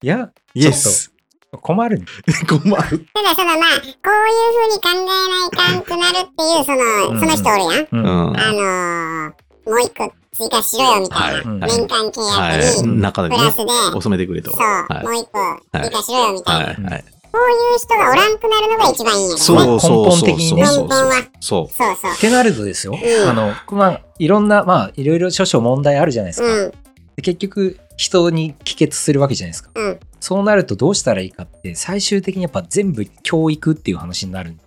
[SPEAKER 2] いや、
[SPEAKER 1] イエス
[SPEAKER 2] 困るんだ
[SPEAKER 1] 困る
[SPEAKER 3] ただ、そのまあ、こういう風に考えないかんくなるっていう、その、その人おるやん。
[SPEAKER 2] うん
[SPEAKER 1] うん
[SPEAKER 3] あのー、もう一個追加しろよみたいな。
[SPEAKER 2] うん
[SPEAKER 1] はい
[SPEAKER 3] 年間契
[SPEAKER 1] は
[SPEAKER 3] 約
[SPEAKER 1] い、
[SPEAKER 3] に、
[SPEAKER 1] 中で
[SPEAKER 3] プ
[SPEAKER 1] ね
[SPEAKER 3] ラスで、
[SPEAKER 1] 収めてくれと
[SPEAKER 3] そう、
[SPEAKER 1] は
[SPEAKER 3] もう一個追加しろよみ
[SPEAKER 1] い
[SPEAKER 3] たいな。
[SPEAKER 1] はいはい
[SPEAKER 3] いう人がおらんくなるのが一番いいんやろね。
[SPEAKER 1] そうそうそう
[SPEAKER 2] 根本的に
[SPEAKER 1] そう
[SPEAKER 2] ね
[SPEAKER 1] そうそう
[SPEAKER 3] 根
[SPEAKER 1] そう
[SPEAKER 3] そうそう。
[SPEAKER 2] ってなるとですよ、
[SPEAKER 3] うん
[SPEAKER 2] あの、まあ、いろんな、まあ、いろいろ諸々問題あるじゃないですか。
[SPEAKER 3] うん。
[SPEAKER 2] で結局、人に帰結するわけじゃないですか。
[SPEAKER 3] うん
[SPEAKER 2] そうなるとどうしたらいいかって、最終的にやっぱ全部教育っていう話になると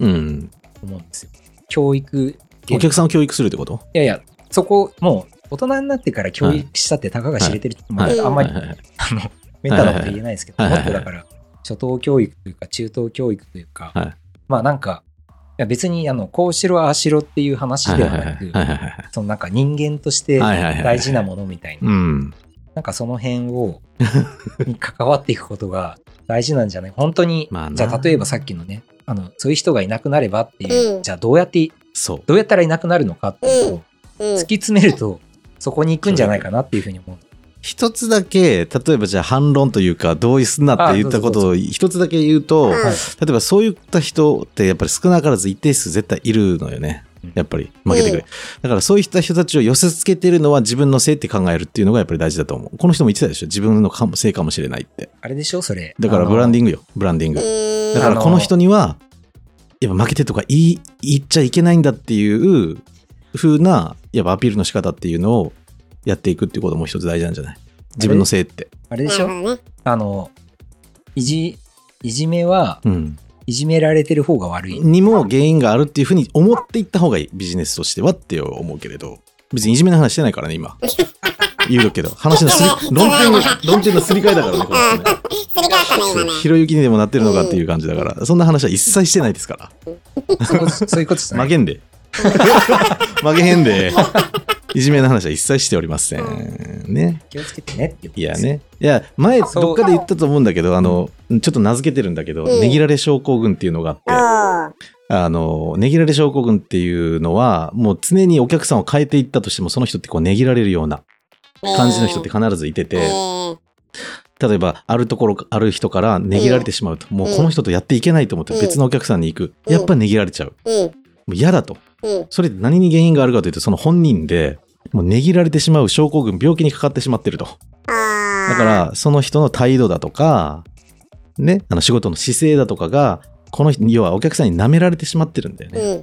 [SPEAKER 1] うん。
[SPEAKER 2] 思うんですよ。教育。
[SPEAKER 1] お客さんを教育するってこと
[SPEAKER 2] いやいや、そこ、もう、大人になってから教育したってたかが知れてるって、
[SPEAKER 1] はい
[SPEAKER 2] まああんまり、
[SPEAKER 1] はいはいはい
[SPEAKER 2] あの、メンタルこと言えないですけど、
[SPEAKER 1] はい
[SPEAKER 2] も
[SPEAKER 1] はい
[SPEAKER 2] っとだから、初等教育というか、中等教育というか、
[SPEAKER 1] はい
[SPEAKER 2] まあなんか、いや別に、あの、こうしろ、ああしろっていう話では
[SPEAKER 1] はいはい
[SPEAKER 2] なく、
[SPEAKER 1] はいはいはい
[SPEAKER 2] そのなんか人間として
[SPEAKER 1] はいはいはい
[SPEAKER 2] 大事なものみたいな、
[SPEAKER 1] うん。
[SPEAKER 2] なんかその辺を、に関わっていくことが大事なんじゃない本当に、
[SPEAKER 1] まあな
[SPEAKER 2] じゃあ例えばさっきのね、あの、そういう人がいなくなればっていう、
[SPEAKER 3] うん
[SPEAKER 2] じゃあどうやって、
[SPEAKER 1] そう。
[SPEAKER 2] どうやったらいなくなるのかっていうのを
[SPEAKER 3] うん
[SPEAKER 2] 突。き詰めると、そこに行くんじゃないかなっていうふうに思う。
[SPEAKER 1] 一つだけ、例えばじゃあ反論というか、同意すんなって言ったことを一つだけ言うと、
[SPEAKER 3] うん
[SPEAKER 1] 例えばそういった人ってやっぱり少なからず一定数絶対いるのよね
[SPEAKER 2] うん。
[SPEAKER 1] やっぱり負けてく
[SPEAKER 3] うん
[SPEAKER 1] れ。だからそういった人たちを寄せつけてるのは自分のせいって考えるっていうのがやっぱり大事だと思う。この人も言ってたでしょ自分のかもせいかもしれないって。
[SPEAKER 2] あれでしょそれ。
[SPEAKER 1] だから
[SPEAKER 2] あの
[SPEAKER 1] ブランディングよ。ブランディング。
[SPEAKER 3] うん
[SPEAKER 1] だからこの人には、やっぱ負けてとか言い言っちゃいけないんだっていう風な、やっぱアピールの仕方っていうのをやっていくっていうことも一つ大事なんじゃない自分のせいって。
[SPEAKER 2] あれでし
[SPEAKER 3] な
[SPEAKER 2] ょ
[SPEAKER 3] るほどね。
[SPEAKER 2] あの、いじ、いじめは、
[SPEAKER 1] うん。
[SPEAKER 2] いじめられてる方が悪い。
[SPEAKER 1] にも原因があるっていうふうに思っていった方がいい。ビジネスとしてはって思うけれど。別にいじめの話してないからね、今。言うとくけど。話のすり、論点の、論点のすり替えだからね、この人ね。
[SPEAKER 3] すり替わった ね、
[SPEAKER 1] そ
[SPEAKER 3] 今
[SPEAKER 1] う
[SPEAKER 3] ね。
[SPEAKER 1] ひろゆきにでもなってるのかっていう感じだから、そんな話は一切してないですか
[SPEAKER 2] そういうことそういうことじゃ
[SPEAKER 1] ら。
[SPEAKER 2] な
[SPEAKER 1] 負
[SPEAKER 2] い。
[SPEAKER 1] けんで。負けへんで。いじめの話は一切しておりません。ね。
[SPEAKER 2] 気をつけてねっていうこと
[SPEAKER 1] いや
[SPEAKER 2] です。
[SPEAKER 1] ね。いや、前、
[SPEAKER 2] そう
[SPEAKER 1] どっかで言ったと思うんだけど、あの、ちょっと名付けてるんだけど、
[SPEAKER 3] うん
[SPEAKER 1] ねぎられ症候群っていうのがあって。
[SPEAKER 3] おー
[SPEAKER 1] あの、ねぎられ症候群っていうのは、もう常にお客さんを変えていったとしても、その人ってこうねぎられるような感じの人って必ずいて
[SPEAKER 3] え
[SPEAKER 1] て、
[SPEAKER 3] ー
[SPEAKER 1] 例えば、あるところ、ある人からねぎられてしまうと、もうこの人とやっていけないと思って
[SPEAKER 3] うん
[SPEAKER 1] 別のお客さんに行く。
[SPEAKER 3] うん
[SPEAKER 1] やっぱねぎられちゃう。
[SPEAKER 3] うん。
[SPEAKER 1] もう嫌だと。
[SPEAKER 3] うん。
[SPEAKER 1] それで何に原因があるかというと、その本人で、もうねぎられてしまう症候群、病気にかかってしまってると。
[SPEAKER 3] あー
[SPEAKER 1] だか、ら、その人の態度だとか、ね、あの仕事の姿勢だとかが、この人、要はお客さんに舐められてしまってるんだよね。
[SPEAKER 3] うん。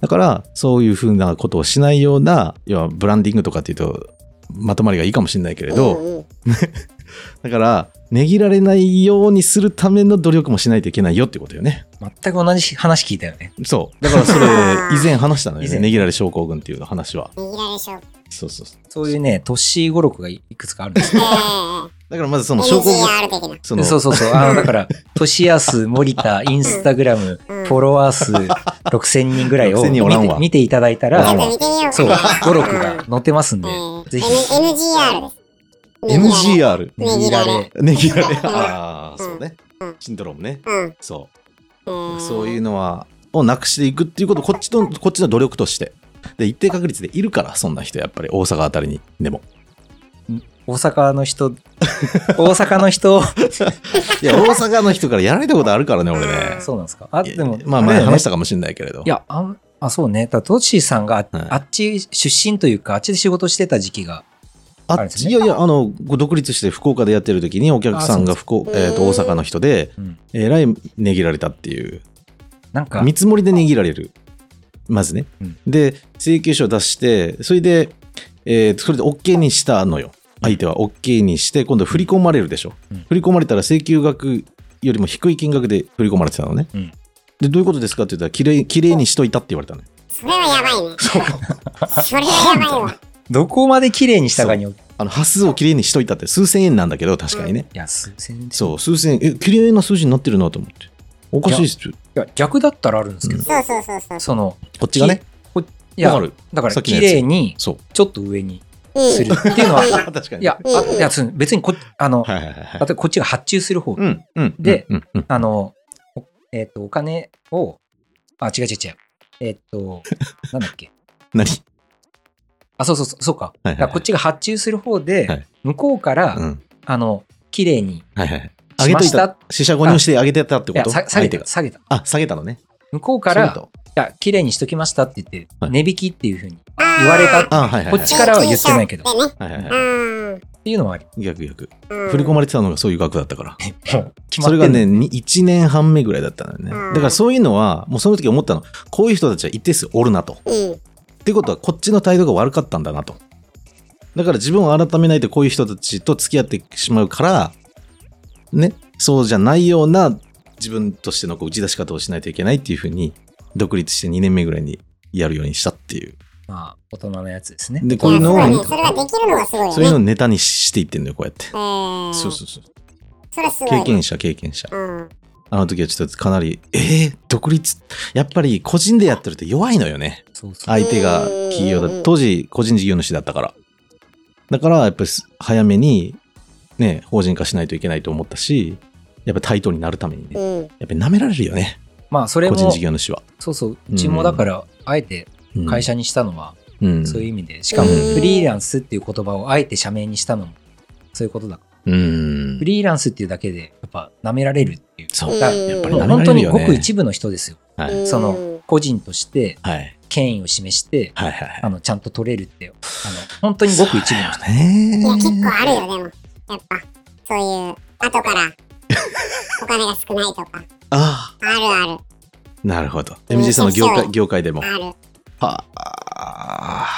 [SPEAKER 1] だから、そういうふうなことをしないような、要はブランディングとかっていうと、まとまりがいいかもしれないけれど、
[SPEAKER 3] うんうん
[SPEAKER 1] だから、ねぎられないようにするための努力もしないといけないよってことよね。
[SPEAKER 2] 全く同じ話聞いたよね。
[SPEAKER 1] そう。だから それ、以前話したのよ
[SPEAKER 2] 以
[SPEAKER 1] ね。
[SPEAKER 2] 前
[SPEAKER 1] ねぎられ症候群っていうの話は。
[SPEAKER 3] 握られ症。
[SPEAKER 1] そうそうそう。
[SPEAKER 2] そういうね、年語録がいくつかあるんです
[SPEAKER 3] え
[SPEAKER 2] よ。
[SPEAKER 3] ー、
[SPEAKER 1] だからまずその症候群、
[SPEAKER 3] NGR 的な。
[SPEAKER 1] その、
[SPEAKER 2] そうそうそう。あの、だから、年安、森田、インスタグラム、
[SPEAKER 3] うん
[SPEAKER 2] フォロワー数6000人ぐらいを
[SPEAKER 1] 6000人おらん
[SPEAKER 2] 見
[SPEAKER 1] わ
[SPEAKER 2] て見ていただいた
[SPEAKER 1] おら
[SPEAKER 3] ちょ
[SPEAKER 1] ん
[SPEAKER 3] っ
[SPEAKER 1] わ
[SPEAKER 2] ら、
[SPEAKER 3] と見てみようかな。
[SPEAKER 2] そう、語録が
[SPEAKER 3] う
[SPEAKER 2] 載ってますんで
[SPEAKER 3] ん。、
[SPEAKER 2] ぜひ、
[SPEAKER 3] N- NGR です。握ら
[SPEAKER 1] NGR。
[SPEAKER 3] れ
[SPEAKER 2] ねぎられ。
[SPEAKER 1] ねぎ られ。
[SPEAKER 3] うん
[SPEAKER 1] ああ、そうね
[SPEAKER 3] うん。
[SPEAKER 1] シンドロームね。
[SPEAKER 3] うん。
[SPEAKER 1] そう。そ
[SPEAKER 3] そう
[SPEAKER 1] いうのは、をなくしていくっていうこと、こっちの、こっちの努力として。で、一定確率でいるから、そんな人、やっぱり大阪あたりに。でも。
[SPEAKER 2] 大阪 の人、大阪の人、
[SPEAKER 1] い や、大阪の人からやられたことあるからね、俺ね。
[SPEAKER 2] そうなんですかあ、
[SPEAKER 1] いや
[SPEAKER 2] でも、
[SPEAKER 1] まあ
[SPEAKER 2] れだ
[SPEAKER 1] 前
[SPEAKER 2] よね
[SPEAKER 1] 話したかもしれないけれど。
[SPEAKER 2] いや、あんあそうね。だからトッシーさんが、
[SPEAKER 1] はい
[SPEAKER 2] あっち出身というか、あっちで仕事してた時期が、
[SPEAKER 1] あ
[SPEAKER 2] あれですね
[SPEAKER 1] いやいや、あの、ご独立して福岡でやってる時に、お客さんが
[SPEAKER 2] あ
[SPEAKER 1] 福岡、
[SPEAKER 3] うです
[SPEAKER 1] えーと、大阪の人で、
[SPEAKER 2] うん
[SPEAKER 1] えらい値切られたっていう。
[SPEAKER 2] なんか、
[SPEAKER 1] 見積もりで値切られる。まずね。
[SPEAKER 2] うん
[SPEAKER 1] で、請求書を出して、それで、えーそれで OK にしたのよ。相手は OK にして、今度振り込まれるでしょ。
[SPEAKER 2] うん
[SPEAKER 1] 振り込まれたら請求額よりも低い金額で振り込まれてたのね。
[SPEAKER 2] うん
[SPEAKER 1] で、どういうことですかって言ったら、きれいきれいにしといたって言われたのよ。
[SPEAKER 3] それはやばいね。それはやばいわ。
[SPEAKER 2] どこまで綺麗にしたかによって、
[SPEAKER 1] あの、端数をきれいにしといたって数千円なんだけど、確かにね。
[SPEAKER 2] いや、数千円
[SPEAKER 1] そう、数千円、え、きれいな数字になってるなと思って。おかしいですよ。
[SPEAKER 2] いや、逆だったらあるんですけど、
[SPEAKER 3] そうそうそうそう。
[SPEAKER 2] その、
[SPEAKER 1] こっちがね。
[SPEAKER 2] こい
[SPEAKER 1] わ
[SPEAKER 2] や
[SPEAKER 1] か、る。
[SPEAKER 2] だから
[SPEAKER 1] さっきの
[SPEAKER 2] 綺
[SPEAKER 1] やつ
[SPEAKER 2] 麗に、
[SPEAKER 1] そう。
[SPEAKER 2] ちょっと上に
[SPEAKER 3] うん
[SPEAKER 2] するっていうのは、
[SPEAKER 1] 確かに。
[SPEAKER 2] いや、あいやその別にこ、あの、
[SPEAKER 1] はいはいはいはい
[SPEAKER 2] 例え。ばこっちが発注する方、
[SPEAKER 1] うん、うん。
[SPEAKER 2] で
[SPEAKER 1] うん、うん、
[SPEAKER 2] あの、おえっ、と、お金を、あ、違う違う違う。えっ、と、なんだっけ。
[SPEAKER 1] 何
[SPEAKER 2] あ、そうそうそう、そうか。
[SPEAKER 1] いはいはい
[SPEAKER 2] だからこっちが発注する方で、
[SPEAKER 1] はい
[SPEAKER 2] 向こうから、
[SPEAKER 1] うん。
[SPEAKER 2] あの、綺麗に、
[SPEAKER 1] はいはい。
[SPEAKER 2] しました
[SPEAKER 1] た。四捨五入して上げてたって
[SPEAKER 2] い
[SPEAKER 1] こ
[SPEAKER 2] や、
[SPEAKER 1] と
[SPEAKER 2] さ下げ
[SPEAKER 1] 相手
[SPEAKER 2] た、
[SPEAKER 1] が。
[SPEAKER 2] 下げた。
[SPEAKER 1] あ、下げたのね。
[SPEAKER 2] 向こうか
[SPEAKER 1] そういう
[SPEAKER 2] ら、
[SPEAKER 1] こ
[SPEAKER 2] いや、綺麗にしときましたって言って、
[SPEAKER 1] はい
[SPEAKER 2] 値引きっていうふうに
[SPEAKER 3] あー
[SPEAKER 2] 言われた。
[SPEAKER 1] とあ、はいはいはい。
[SPEAKER 2] こっちからは言ってないけど
[SPEAKER 3] でね。
[SPEAKER 1] はいはい
[SPEAKER 3] あ
[SPEAKER 1] はい。
[SPEAKER 3] ー
[SPEAKER 2] っていうのはありま
[SPEAKER 1] 逆逆。
[SPEAKER 3] うん
[SPEAKER 1] 振り込まれてたのがそういう額だったから。
[SPEAKER 2] す。もう決ま
[SPEAKER 1] そ
[SPEAKER 2] って
[SPEAKER 1] れ
[SPEAKER 2] ん
[SPEAKER 1] がね、1年半目ぐらいだったのよね。
[SPEAKER 3] うん
[SPEAKER 1] だからそういうのは、もうその時思ったの。こういう人たちは一定数おるなと。
[SPEAKER 3] うん。
[SPEAKER 1] っていうことは、こっちの態度が悪かったんだなと。だから自分を改めないとこういう人たちと付き合ってしまうから、ね、そうじゃないような自分としてのこう打ち出し方をしないといけないっていうふうに、独立して2年目ぐらいにやるようにしたっていう。
[SPEAKER 2] まあ、大人のやつですね。
[SPEAKER 1] で
[SPEAKER 3] い
[SPEAKER 1] こうい
[SPEAKER 3] や、
[SPEAKER 1] う
[SPEAKER 3] す
[SPEAKER 1] のを
[SPEAKER 3] ごいね。それができるのがすごいよね。
[SPEAKER 1] そういうのをネタにしていってんのよ、こうやって。
[SPEAKER 3] えー、
[SPEAKER 1] そうそうそう。
[SPEAKER 3] それすごいね。
[SPEAKER 1] 経験者、経験者。
[SPEAKER 3] うん。
[SPEAKER 1] あの時はちょっとかなり、えー、独立、やっぱり個人でやってると弱いのよね。
[SPEAKER 2] そうそう。
[SPEAKER 1] 相手が企業
[SPEAKER 3] うんうんう
[SPEAKER 1] だ。
[SPEAKER 3] ん
[SPEAKER 1] 当時、個人事業主だったから。だから、やっぱり早めに、ね、法人化しないといけないと思ったし、やっぱ対等になるためにね。
[SPEAKER 3] うん。
[SPEAKER 1] やっぱり舐められるよね、
[SPEAKER 2] まあ、それ
[SPEAKER 1] 個
[SPEAKER 2] も、
[SPEAKER 1] 人事業主は。
[SPEAKER 2] そうそう、うちもだから、あえて
[SPEAKER 1] うん
[SPEAKER 2] 会、社にしたのは、
[SPEAKER 1] うん、
[SPEAKER 2] そういう意味で、しかも、
[SPEAKER 3] うん
[SPEAKER 2] フリーランスっていう言葉をあえて社名にしたのも、そういうことだから。
[SPEAKER 1] うん
[SPEAKER 2] フ。リーランスっていうだけで、やっぱ、舐められるっていう。
[SPEAKER 1] そう
[SPEAKER 2] だから
[SPEAKER 3] うん
[SPEAKER 1] やっぱり
[SPEAKER 2] もう
[SPEAKER 1] 舐
[SPEAKER 2] 本
[SPEAKER 1] め
[SPEAKER 2] 当
[SPEAKER 1] られる
[SPEAKER 2] に
[SPEAKER 1] よ
[SPEAKER 2] ご
[SPEAKER 1] ね。
[SPEAKER 2] く一部の人ですよ。
[SPEAKER 1] はい
[SPEAKER 3] うん
[SPEAKER 1] はい
[SPEAKER 2] その、個人として、
[SPEAKER 1] はい
[SPEAKER 2] 権威を示して、
[SPEAKER 1] はいはい。
[SPEAKER 2] あの、ちゃんと取れるって、あの、本当にごく一部の人。
[SPEAKER 3] い
[SPEAKER 1] ね
[SPEAKER 3] や、結構あるよ、でも。やっぱ、そういう、後から、お金が少ないとか。
[SPEAKER 1] ああ、
[SPEAKER 3] あるある、
[SPEAKER 1] なるほど。MJ さんの業
[SPEAKER 3] そ
[SPEAKER 1] 界
[SPEAKER 3] う
[SPEAKER 1] 業界でも。
[SPEAKER 3] ある。
[SPEAKER 1] はあ、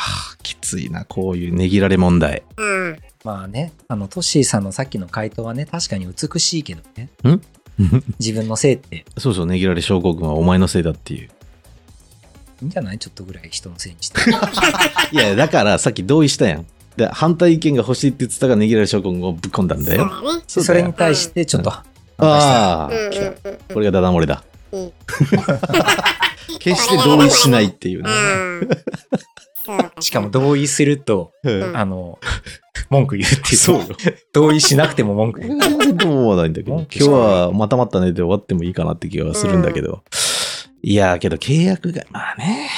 [SPEAKER 1] きついな、こういうねぎられ問題。
[SPEAKER 3] うん。
[SPEAKER 2] まあね、あの、トッシーさんのさっきの回答はね、確かに美しいけどね。
[SPEAKER 1] ん
[SPEAKER 2] 自分のせいって、
[SPEAKER 1] そうそう、ねぎられ症候群はお前のせいだっていう。
[SPEAKER 2] いいんじゃないちょっとぐらい人のせいに して。
[SPEAKER 1] いや、だからさっき同意したやん。で反対意見が欲しいって言ってたから、ねぎられ症候群をぶっ込んだんだよ。
[SPEAKER 3] そうだね。
[SPEAKER 2] そ
[SPEAKER 1] そうだ
[SPEAKER 2] れ
[SPEAKER 1] よ
[SPEAKER 2] に対して、ちょっと、
[SPEAKER 1] あ
[SPEAKER 3] うん
[SPEAKER 1] あ、
[SPEAKER 3] う
[SPEAKER 1] 来
[SPEAKER 3] ん
[SPEAKER 1] た。
[SPEAKER 3] うん
[SPEAKER 1] これがダダ漏れだ
[SPEAKER 3] うん。
[SPEAKER 1] 決して同意しないっていうね。
[SPEAKER 3] ああ。そうか。
[SPEAKER 2] しかも同意すると、
[SPEAKER 1] うん
[SPEAKER 2] あの、文句言うっていう。
[SPEAKER 1] そうよ。
[SPEAKER 2] 同意しなくても文句言う。
[SPEAKER 1] どうも思わないんだけど、
[SPEAKER 2] うん
[SPEAKER 1] 今日はまたまたねで終わってもいいかなって気がするんだけど。いやー、けど契約が、まあね。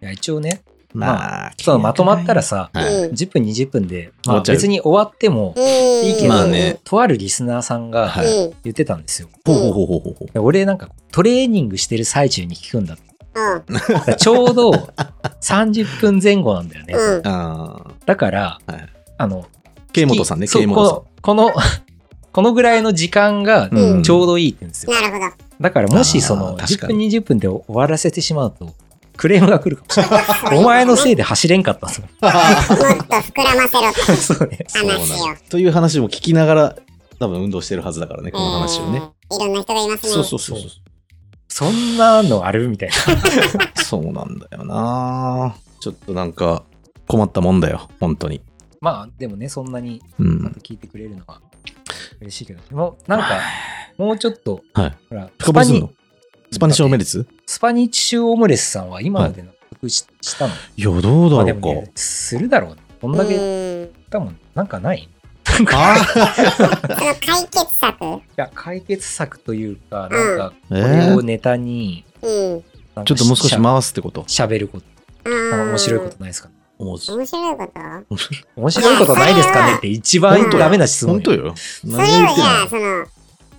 [SPEAKER 2] いや一応ね、
[SPEAKER 1] まあ、
[SPEAKER 2] そのまとまったらさ、
[SPEAKER 1] はい、
[SPEAKER 3] うん。
[SPEAKER 2] 10分、20分で、
[SPEAKER 1] 終
[SPEAKER 2] ま
[SPEAKER 1] わ
[SPEAKER 2] あ
[SPEAKER 1] っちゃう
[SPEAKER 2] 別に終わってもいいけど、
[SPEAKER 1] まあね
[SPEAKER 2] とあるリスナーさんが
[SPEAKER 1] は
[SPEAKER 3] うん。
[SPEAKER 2] 言ってたんですよ。
[SPEAKER 1] ほうほうほうほうほうほう。
[SPEAKER 2] で俺なんかトレーニングしてる最中に聞くんだって
[SPEAKER 3] うん。
[SPEAKER 2] だからちょうど30分前後なんだよね。
[SPEAKER 3] うん。
[SPEAKER 1] ああ、
[SPEAKER 2] だから、
[SPEAKER 1] はい
[SPEAKER 2] あの、
[SPEAKER 1] K 元さんね、
[SPEAKER 2] そう
[SPEAKER 1] K 元
[SPEAKER 2] この、こ のこのぐらいの時間が
[SPEAKER 1] さん。
[SPEAKER 2] ちょうどいいって言うんですよ。
[SPEAKER 3] なるほど。
[SPEAKER 2] だからもしそ
[SPEAKER 1] あー
[SPEAKER 2] の
[SPEAKER 1] 確か
[SPEAKER 2] 10分
[SPEAKER 1] に
[SPEAKER 2] 20分で終わらせてしまうと、クレームが来るかもし れ ない。お前のせいで走れんかったぞ。
[SPEAKER 3] もっと膨らませろって
[SPEAKER 2] そうね。
[SPEAKER 1] そうなの
[SPEAKER 3] 話よ。
[SPEAKER 1] という話も聞きながら、多分運動してるはずだからね、この話をね。
[SPEAKER 3] えーいろんな人がいますね。
[SPEAKER 1] そうそうそうそ
[SPEAKER 2] そんなのあるみ たいな。
[SPEAKER 1] う。そうなんだよなちょっとなんか困ったもんだよ、本当に。
[SPEAKER 2] まあでもね、そんなに
[SPEAKER 1] う
[SPEAKER 2] ちゃん
[SPEAKER 1] ん。
[SPEAKER 2] と聞いてくれるのは嬉しいけど。でもなんか、もうちょっと、
[SPEAKER 1] はい
[SPEAKER 2] ほら、
[SPEAKER 1] 深掘りすんのス
[SPEAKER 2] ス
[SPEAKER 1] パニ
[SPEAKER 2] パ
[SPEAKER 1] ッ
[SPEAKER 2] ニ
[SPEAKER 1] シュオメリツ
[SPEAKER 2] スパニッチュオムレスさんは今まで納得し,、たの
[SPEAKER 1] いや、どう
[SPEAKER 2] まあ
[SPEAKER 1] だ
[SPEAKER 2] で
[SPEAKER 1] ろう
[SPEAKER 2] も、
[SPEAKER 1] か
[SPEAKER 2] ね、。するだろうね。こんだけ言っ
[SPEAKER 3] うん
[SPEAKER 2] たもん、なんかないい
[SPEAKER 1] あ
[SPEAKER 3] その解決策うん。
[SPEAKER 2] や、解決策というか、なんか、
[SPEAKER 1] え
[SPEAKER 2] これを
[SPEAKER 1] ー、
[SPEAKER 2] ネタに、なんか
[SPEAKER 1] ちょっともう少し回すってこと
[SPEAKER 2] しゃべること、なんか面白いことないですかね。
[SPEAKER 1] もう
[SPEAKER 3] 面白いこと
[SPEAKER 2] 面白いことないですかねって一番ダメな質問
[SPEAKER 1] 本
[SPEAKER 2] よ。
[SPEAKER 1] 当よ。
[SPEAKER 3] そ
[SPEAKER 1] 何
[SPEAKER 3] れを
[SPEAKER 1] 言っ
[SPEAKER 3] じ
[SPEAKER 1] てん
[SPEAKER 3] ゃあ、
[SPEAKER 1] の
[SPEAKER 3] その、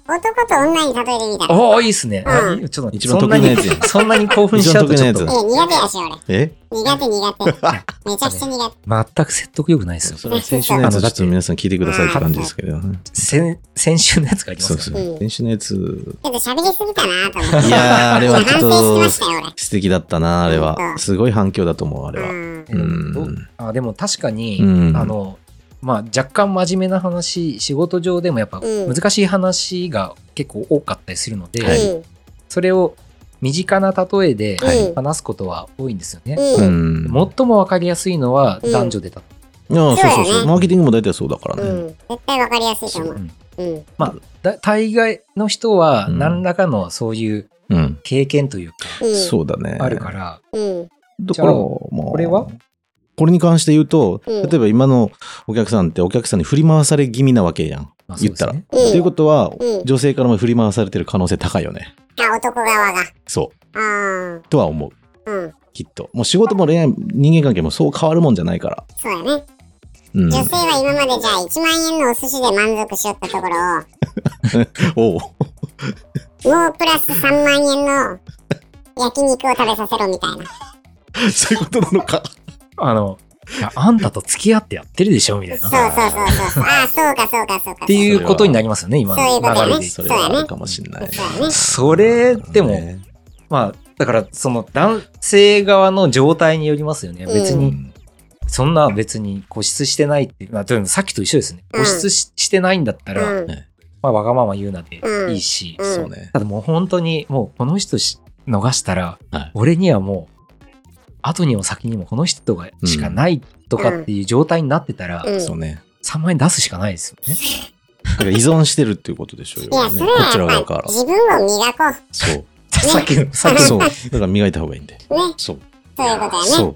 [SPEAKER 3] 男と女に例えてみたら。
[SPEAKER 2] おお、いいっすね。あ
[SPEAKER 3] うん
[SPEAKER 2] いいよちょっと待って
[SPEAKER 1] 一番得意なやつやん
[SPEAKER 2] そんなにそんなに興奮しちゃうとちょっ
[SPEAKER 1] 一
[SPEAKER 2] と
[SPEAKER 1] 番得意な
[SPEAKER 3] えー苦手やし、俺。
[SPEAKER 1] え
[SPEAKER 3] 苦手 苦手。めちゃくちゃ苦手。
[SPEAKER 2] 全く説得力ないですよ。
[SPEAKER 1] それは先週のやつちょっと皆さん聞いてくださいって感じですけどね。
[SPEAKER 2] 先先週のやつがありま
[SPEAKER 1] そ
[SPEAKER 2] す
[SPEAKER 1] う
[SPEAKER 2] から
[SPEAKER 1] そ
[SPEAKER 2] ね。
[SPEAKER 1] う。先週のやつ、
[SPEAKER 3] ちょっと喋りすぎたなと思って。
[SPEAKER 1] いやーあれはちょっと
[SPEAKER 3] 反省しましたよ、
[SPEAKER 1] 素敵だったな、あれ
[SPEAKER 3] う
[SPEAKER 1] は。
[SPEAKER 3] ん
[SPEAKER 1] すごい反響だと思う、あれ
[SPEAKER 3] 俺。う
[SPEAKER 1] は。
[SPEAKER 3] ん。
[SPEAKER 1] う
[SPEAKER 2] ど
[SPEAKER 1] ん。
[SPEAKER 2] あでも確かに、
[SPEAKER 1] うん
[SPEAKER 2] あのまあ、若干真面目な話仕事上でもやっぱ
[SPEAKER 3] うん
[SPEAKER 2] 難しい話が結構多かったりするので、
[SPEAKER 1] はいう
[SPEAKER 2] それを身近な例えで
[SPEAKER 3] はい。
[SPEAKER 2] 話すことは多いんですよね。
[SPEAKER 1] うんん。
[SPEAKER 2] 最も分かりやすいのは
[SPEAKER 3] うん
[SPEAKER 2] 男女で例え
[SPEAKER 1] ああ、そうそう
[SPEAKER 3] そう
[SPEAKER 1] そう。
[SPEAKER 3] よね
[SPEAKER 1] マーケティングも大体そうだから
[SPEAKER 3] う
[SPEAKER 1] ね。
[SPEAKER 3] ん。絶対わかりやすいと
[SPEAKER 2] ば
[SPEAKER 3] 思う。うん。
[SPEAKER 2] だ大概の人は
[SPEAKER 1] うん
[SPEAKER 2] 何らかのそういう
[SPEAKER 1] うん。
[SPEAKER 2] 経験というか、
[SPEAKER 3] うん。
[SPEAKER 1] そうだね。
[SPEAKER 2] あるから、
[SPEAKER 3] うん。
[SPEAKER 1] だから、
[SPEAKER 2] じゃあ
[SPEAKER 1] まあ
[SPEAKER 2] これは
[SPEAKER 1] これに関して言うと、
[SPEAKER 3] うん
[SPEAKER 1] 例えば今のお客さんってお客さんに振り回され気味なわけやん。
[SPEAKER 2] まあ
[SPEAKER 1] 言ったら。
[SPEAKER 2] そうですね
[SPEAKER 1] ということは、
[SPEAKER 3] うん
[SPEAKER 1] 女性からも振り回されてる可能性高いよね。
[SPEAKER 3] あ、男側が。
[SPEAKER 1] そ
[SPEAKER 3] あ
[SPEAKER 1] う。とは思う。
[SPEAKER 3] あ。うん。
[SPEAKER 1] きっと。もう仕事も恋愛、人間関係もそう変わるもんじゃないから。
[SPEAKER 3] そうやね。
[SPEAKER 1] うん。
[SPEAKER 3] 女性は今までじゃあ1万円のお寿司で満足しよったところを、
[SPEAKER 1] おう。
[SPEAKER 3] もうプラス3万円の焼肉を食べさせろみたいな。
[SPEAKER 1] そういうことなのか。
[SPEAKER 2] あのやあんたと付き合ってやってるでしょみたい
[SPEAKER 3] そ
[SPEAKER 2] な。
[SPEAKER 3] う
[SPEAKER 2] っ
[SPEAKER 3] そうそうそう。ああ、そうかそうかそうか。
[SPEAKER 2] ていうことになりますよね、今
[SPEAKER 3] そういうこと
[SPEAKER 2] の流れ
[SPEAKER 3] ね
[SPEAKER 2] でいく
[SPEAKER 1] そ
[SPEAKER 2] と。
[SPEAKER 1] れはあるかもしれないね。
[SPEAKER 3] そうやね。
[SPEAKER 2] それ、でも、
[SPEAKER 1] ね
[SPEAKER 2] まあ、だから、その男性側の状態によりますよね。
[SPEAKER 3] うん
[SPEAKER 2] 別
[SPEAKER 1] う
[SPEAKER 2] に、
[SPEAKER 1] ん
[SPEAKER 2] そんな別に固執してないっていう、まあ、でもさっきと一緒ですね。
[SPEAKER 3] うん
[SPEAKER 2] 固執ししてないんだった
[SPEAKER 3] う
[SPEAKER 2] ら、
[SPEAKER 3] ん。
[SPEAKER 2] まあ、わがまま言うなで
[SPEAKER 3] うん
[SPEAKER 2] いいし、
[SPEAKER 3] うん
[SPEAKER 1] そうね。
[SPEAKER 2] ただもう本当に、もうこの人し逃したら、
[SPEAKER 1] はい
[SPEAKER 2] 俺にはもう、後にも先にもこの人がしかないとかっていう状態になってたら、
[SPEAKER 3] うん
[SPEAKER 1] そうね。
[SPEAKER 2] 3万円出すしかないですよね。
[SPEAKER 1] だから依存してるっていうことでしょうよ
[SPEAKER 3] いや、
[SPEAKER 1] ね。
[SPEAKER 3] そ
[SPEAKER 1] こ
[SPEAKER 3] れは
[SPEAKER 1] ちら
[SPEAKER 3] や
[SPEAKER 1] 側
[SPEAKER 3] っ
[SPEAKER 1] か
[SPEAKER 3] ぱ
[SPEAKER 1] ら。
[SPEAKER 3] 自分を磨こう。ね。
[SPEAKER 1] そう。
[SPEAKER 2] さっきの、さっき
[SPEAKER 1] そう。
[SPEAKER 2] の。
[SPEAKER 1] だから磨いた方がいいんで。
[SPEAKER 3] そういう
[SPEAKER 1] そう。
[SPEAKER 3] ことやね。
[SPEAKER 1] そ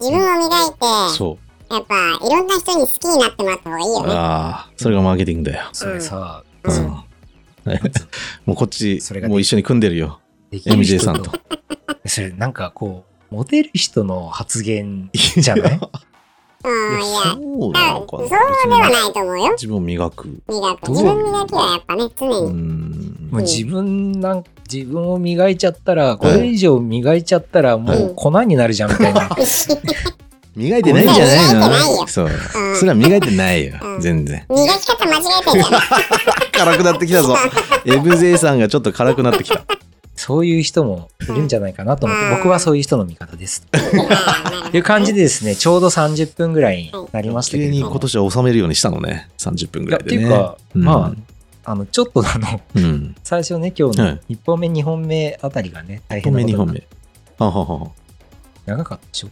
[SPEAKER 3] 自分を磨いて、
[SPEAKER 1] う。そう。
[SPEAKER 3] やっぱ、いろんな人に好きになってもらった方がいいよね。
[SPEAKER 1] ああ、それがマーケティングだよ。
[SPEAKER 2] それさ、
[SPEAKER 1] うん
[SPEAKER 3] うん。
[SPEAKER 1] もうこっち
[SPEAKER 2] それ、が
[SPEAKER 1] もう一緒に組んでるよ。
[SPEAKER 2] できる
[SPEAKER 1] MJ
[SPEAKER 2] 人
[SPEAKER 1] さんと。
[SPEAKER 2] それなんかこう、モテる人の発言じゃない
[SPEAKER 1] い
[SPEAKER 3] うん、
[SPEAKER 1] や
[SPEAKER 3] いや、
[SPEAKER 1] そうなのかな。
[SPEAKER 3] そうではないと思うよ。
[SPEAKER 1] 自分を磨く。
[SPEAKER 3] 磨く。
[SPEAKER 2] どう
[SPEAKER 3] 自分磨きはやっぱね、常
[SPEAKER 1] う
[SPEAKER 3] に。
[SPEAKER 1] ん
[SPEAKER 2] もう。自分なん、自分を磨いちゃったら、これ以上磨いちゃったらもう粉になるじゃんみたいな。
[SPEAKER 1] 磨いてないんじゃない
[SPEAKER 3] 磨いてない
[SPEAKER 1] の
[SPEAKER 3] よ
[SPEAKER 1] そう。
[SPEAKER 3] うん
[SPEAKER 1] それは磨いてないよ
[SPEAKER 3] う。ん
[SPEAKER 1] 全然。
[SPEAKER 3] 磨き方間違えてんじゃない
[SPEAKER 1] 辛くなってき たぞ。MJ さんがちょっと辛くなってきた。
[SPEAKER 2] そういう人もいるんじゃないかなと思っ
[SPEAKER 3] うん
[SPEAKER 2] て、僕はそういう人の味方です。っ
[SPEAKER 3] ああ
[SPEAKER 2] ていう感じでですね、ちょうど30分ぐらいになりましたけ
[SPEAKER 1] 急
[SPEAKER 2] れ
[SPEAKER 1] に
[SPEAKER 2] ど
[SPEAKER 1] 今
[SPEAKER 2] も。
[SPEAKER 1] 年は収めるようにしたのね。30分
[SPEAKER 2] い
[SPEAKER 1] ぐ
[SPEAKER 2] や
[SPEAKER 1] ら
[SPEAKER 2] っ
[SPEAKER 1] い
[SPEAKER 2] て
[SPEAKER 1] で
[SPEAKER 2] い
[SPEAKER 1] ね。
[SPEAKER 2] うか、
[SPEAKER 1] うん
[SPEAKER 2] まあ、あの、ちょっとあの、
[SPEAKER 1] うん。
[SPEAKER 2] 最初ね、今日
[SPEAKER 1] は
[SPEAKER 2] の
[SPEAKER 1] い
[SPEAKER 2] 1本目、2本目あたりがね、大
[SPEAKER 1] 1本
[SPEAKER 2] 変な
[SPEAKER 1] 目、
[SPEAKER 2] こ
[SPEAKER 1] 2
[SPEAKER 2] と
[SPEAKER 1] 本
[SPEAKER 2] にな
[SPEAKER 1] 目。はははは。
[SPEAKER 2] 長かったでしょ。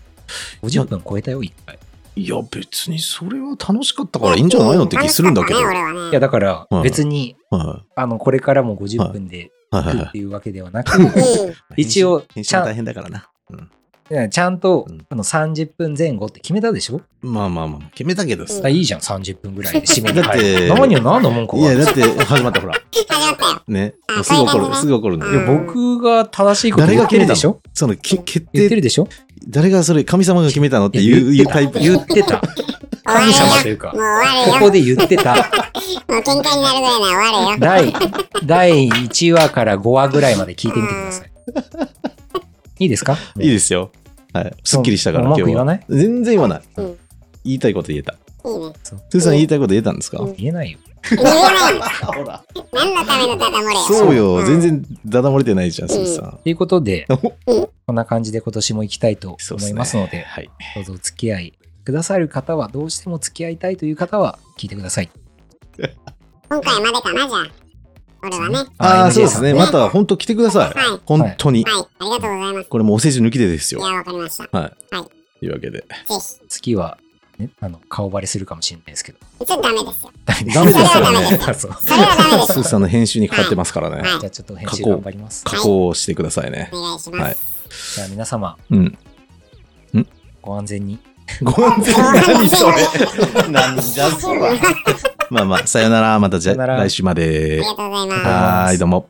[SPEAKER 2] 50分超えたよ、1回。
[SPEAKER 1] いや、別にそれは楽しかったからいいんじゃないのって気するんだけど。
[SPEAKER 3] 楽
[SPEAKER 1] はい
[SPEAKER 3] しかったね
[SPEAKER 2] いや、だから
[SPEAKER 1] うん、
[SPEAKER 2] 別に、
[SPEAKER 1] は
[SPEAKER 2] あの、これからも50分で
[SPEAKER 1] いはい
[SPEAKER 2] 行く
[SPEAKER 1] は
[SPEAKER 2] っ
[SPEAKER 1] い。
[SPEAKER 2] ていうわけではなく、
[SPEAKER 3] 俺はね。
[SPEAKER 2] 一応
[SPEAKER 1] 編集が大変だからな。うん
[SPEAKER 2] ねちゃんと
[SPEAKER 1] うん
[SPEAKER 2] あの30分前後って決めたでしょ
[SPEAKER 1] まあまあまあ、決めたけどさ。
[SPEAKER 2] あいいじゃん、30分ぐ らいで締めに
[SPEAKER 1] だっ
[SPEAKER 2] 入
[SPEAKER 1] て
[SPEAKER 2] る。何を何の文句
[SPEAKER 1] いや、
[SPEAKER 2] が
[SPEAKER 1] だって始まったほら。
[SPEAKER 3] うん。始まったよ。
[SPEAKER 1] ね
[SPEAKER 3] あ。
[SPEAKER 1] すぐ怒
[SPEAKER 3] そういう感じ
[SPEAKER 1] る、
[SPEAKER 3] ね
[SPEAKER 1] すぐ怒るんだ
[SPEAKER 3] うん
[SPEAKER 1] よ。
[SPEAKER 2] 僕が正しいこと
[SPEAKER 1] 誰
[SPEAKER 2] 言
[SPEAKER 1] が
[SPEAKER 2] って
[SPEAKER 1] 決め
[SPEAKER 2] る
[SPEAKER 1] たの
[SPEAKER 2] でしょ
[SPEAKER 1] そのき決
[SPEAKER 2] 言って
[SPEAKER 1] 定、
[SPEAKER 2] るでしょ
[SPEAKER 1] 誰がそれ、神様が決めたのって
[SPEAKER 2] いや
[SPEAKER 1] いういうタイプ。
[SPEAKER 2] 言って た。
[SPEAKER 3] 終わる
[SPEAKER 2] 神様と
[SPEAKER 3] よ。
[SPEAKER 2] いうか
[SPEAKER 3] もう、終
[SPEAKER 2] こ
[SPEAKER 3] わる
[SPEAKER 2] こ
[SPEAKER 3] よ。
[SPEAKER 2] で言ってた。
[SPEAKER 3] もう喧嘩になるぐらいなら終わるよ。
[SPEAKER 2] 第、第1話から5話ぐらいまで聞いてみてください。いいですか
[SPEAKER 1] いい
[SPEAKER 2] す。
[SPEAKER 1] ですよ。はい。すっきりしたから、
[SPEAKER 2] も
[SPEAKER 1] 今
[SPEAKER 2] う
[SPEAKER 1] 日
[SPEAKER 2] 文句言わ
[SPEAKER 1] は。
[SPEAKER 2] ない
[SPEAKER 1] 全然言わない
[SPEAKER 3] うん。
[SPEAKER 1] 言いたいこと言えた。
[SPEAKER 3] いいね。
[SPEAKER 1] トゥーさん言いたいこと言えたんですか
[SPEAKER 3] うん
[SPEAKER 2] 言えないよ。
[SPEAKER 3] 逃げないよ。
[SPEAKER 1] ほら。
[SPEAKER 3] 何のためのダダ漏れよ。
[SPEAKER 1] そうよ。
[SPEAKER 3] ん
[SPEAKER 1] 全。然ダダ漏れてないじゃん、スーさん。
[SPEAKER 2] ということで
[SPEAKER 3] うん、
[SPEAKER 2] こんな感じで今年も行きたいと
[SPEAKER 1] そうっ
[SPEAKER 2] 思
[SPEAKER 1] すね
[SPEAKER 2] いますので、
[SPEAKER 1] はい。
[SPEAKER 2] どうぞお付き合いくださる方は、どうしても付き合いたいという方は、聞いてください。
[SPEAKER 3] 今回までかな、じゃあ。俺はね。はい。
[SPEAKER 1] ああ、
[SPEAKER 2] MJ
[SPEAKER 1] そうですね。
[SPEAKER 2] さん
[SPEAKER 1] また、本当来てください。
[SPEAKER 3] はい。
[SPEAKER 1] 本当に。
[SPEAKER 3] ありがとうございます。
[SPEAKER 1] これもうお世辞抜きでです
[SPEAKER 3] い
[SPEAKER 1] よ。
[SPEAKER 3] や、わかりました。ぜ
[SPEAKER 1] というわけで。
[SPEAKER 3] ひ。
[SPEAKER 2] 次は、ね、あの、顔バレするかもしれないですけど。
[SPEAKER 3] ちょっとダメですよ。
[SPEAKER 1] ダメです
[SPEAKER 3] そ
[SPEAKER 1] よ
[SPEAKER 3] れはダメ
[SPEAKER 1] ね。
[SPEAKER 3] です。
[SPEAKER 2] そう
[SPEAKER 3] それはダメです
[SPEAKER 1] スーさんの編集にかかってますからね。
[SPEAKER 3] はい
[SPEAKER 2] じゃあちょっと編
[SPEAKER 1] 加
[SPEAKER 2] 集
[SPEAKER 1] 工
[SPEAKER 2] 頑張り ます。
[SPEAKER 1] 加工をしてくださいね。
[SPEAKER 3] お願いし
[SPEAKER 1] は
[SPEAKER 3] ま
[SPEAKER 1] い
[SPEAKER 3] す。
[SPEAKER 2] じゃあ皆様、
[SPEAKER 1] うん。
[SPEAKER 2] ご安全に。
[SPEAKER 1] ご安全何それ。なんじ ゃそら。まあまあ、さよなら。またじゃ
[SPEAKER 2] さよなら
[SPEAKER 1] 来週ま
[SPEAKER 3] あ
[SPEAKER 1] で
[SPEAKER 3] り。がとうございます。
[SPEAKER 1] はーい、どうも。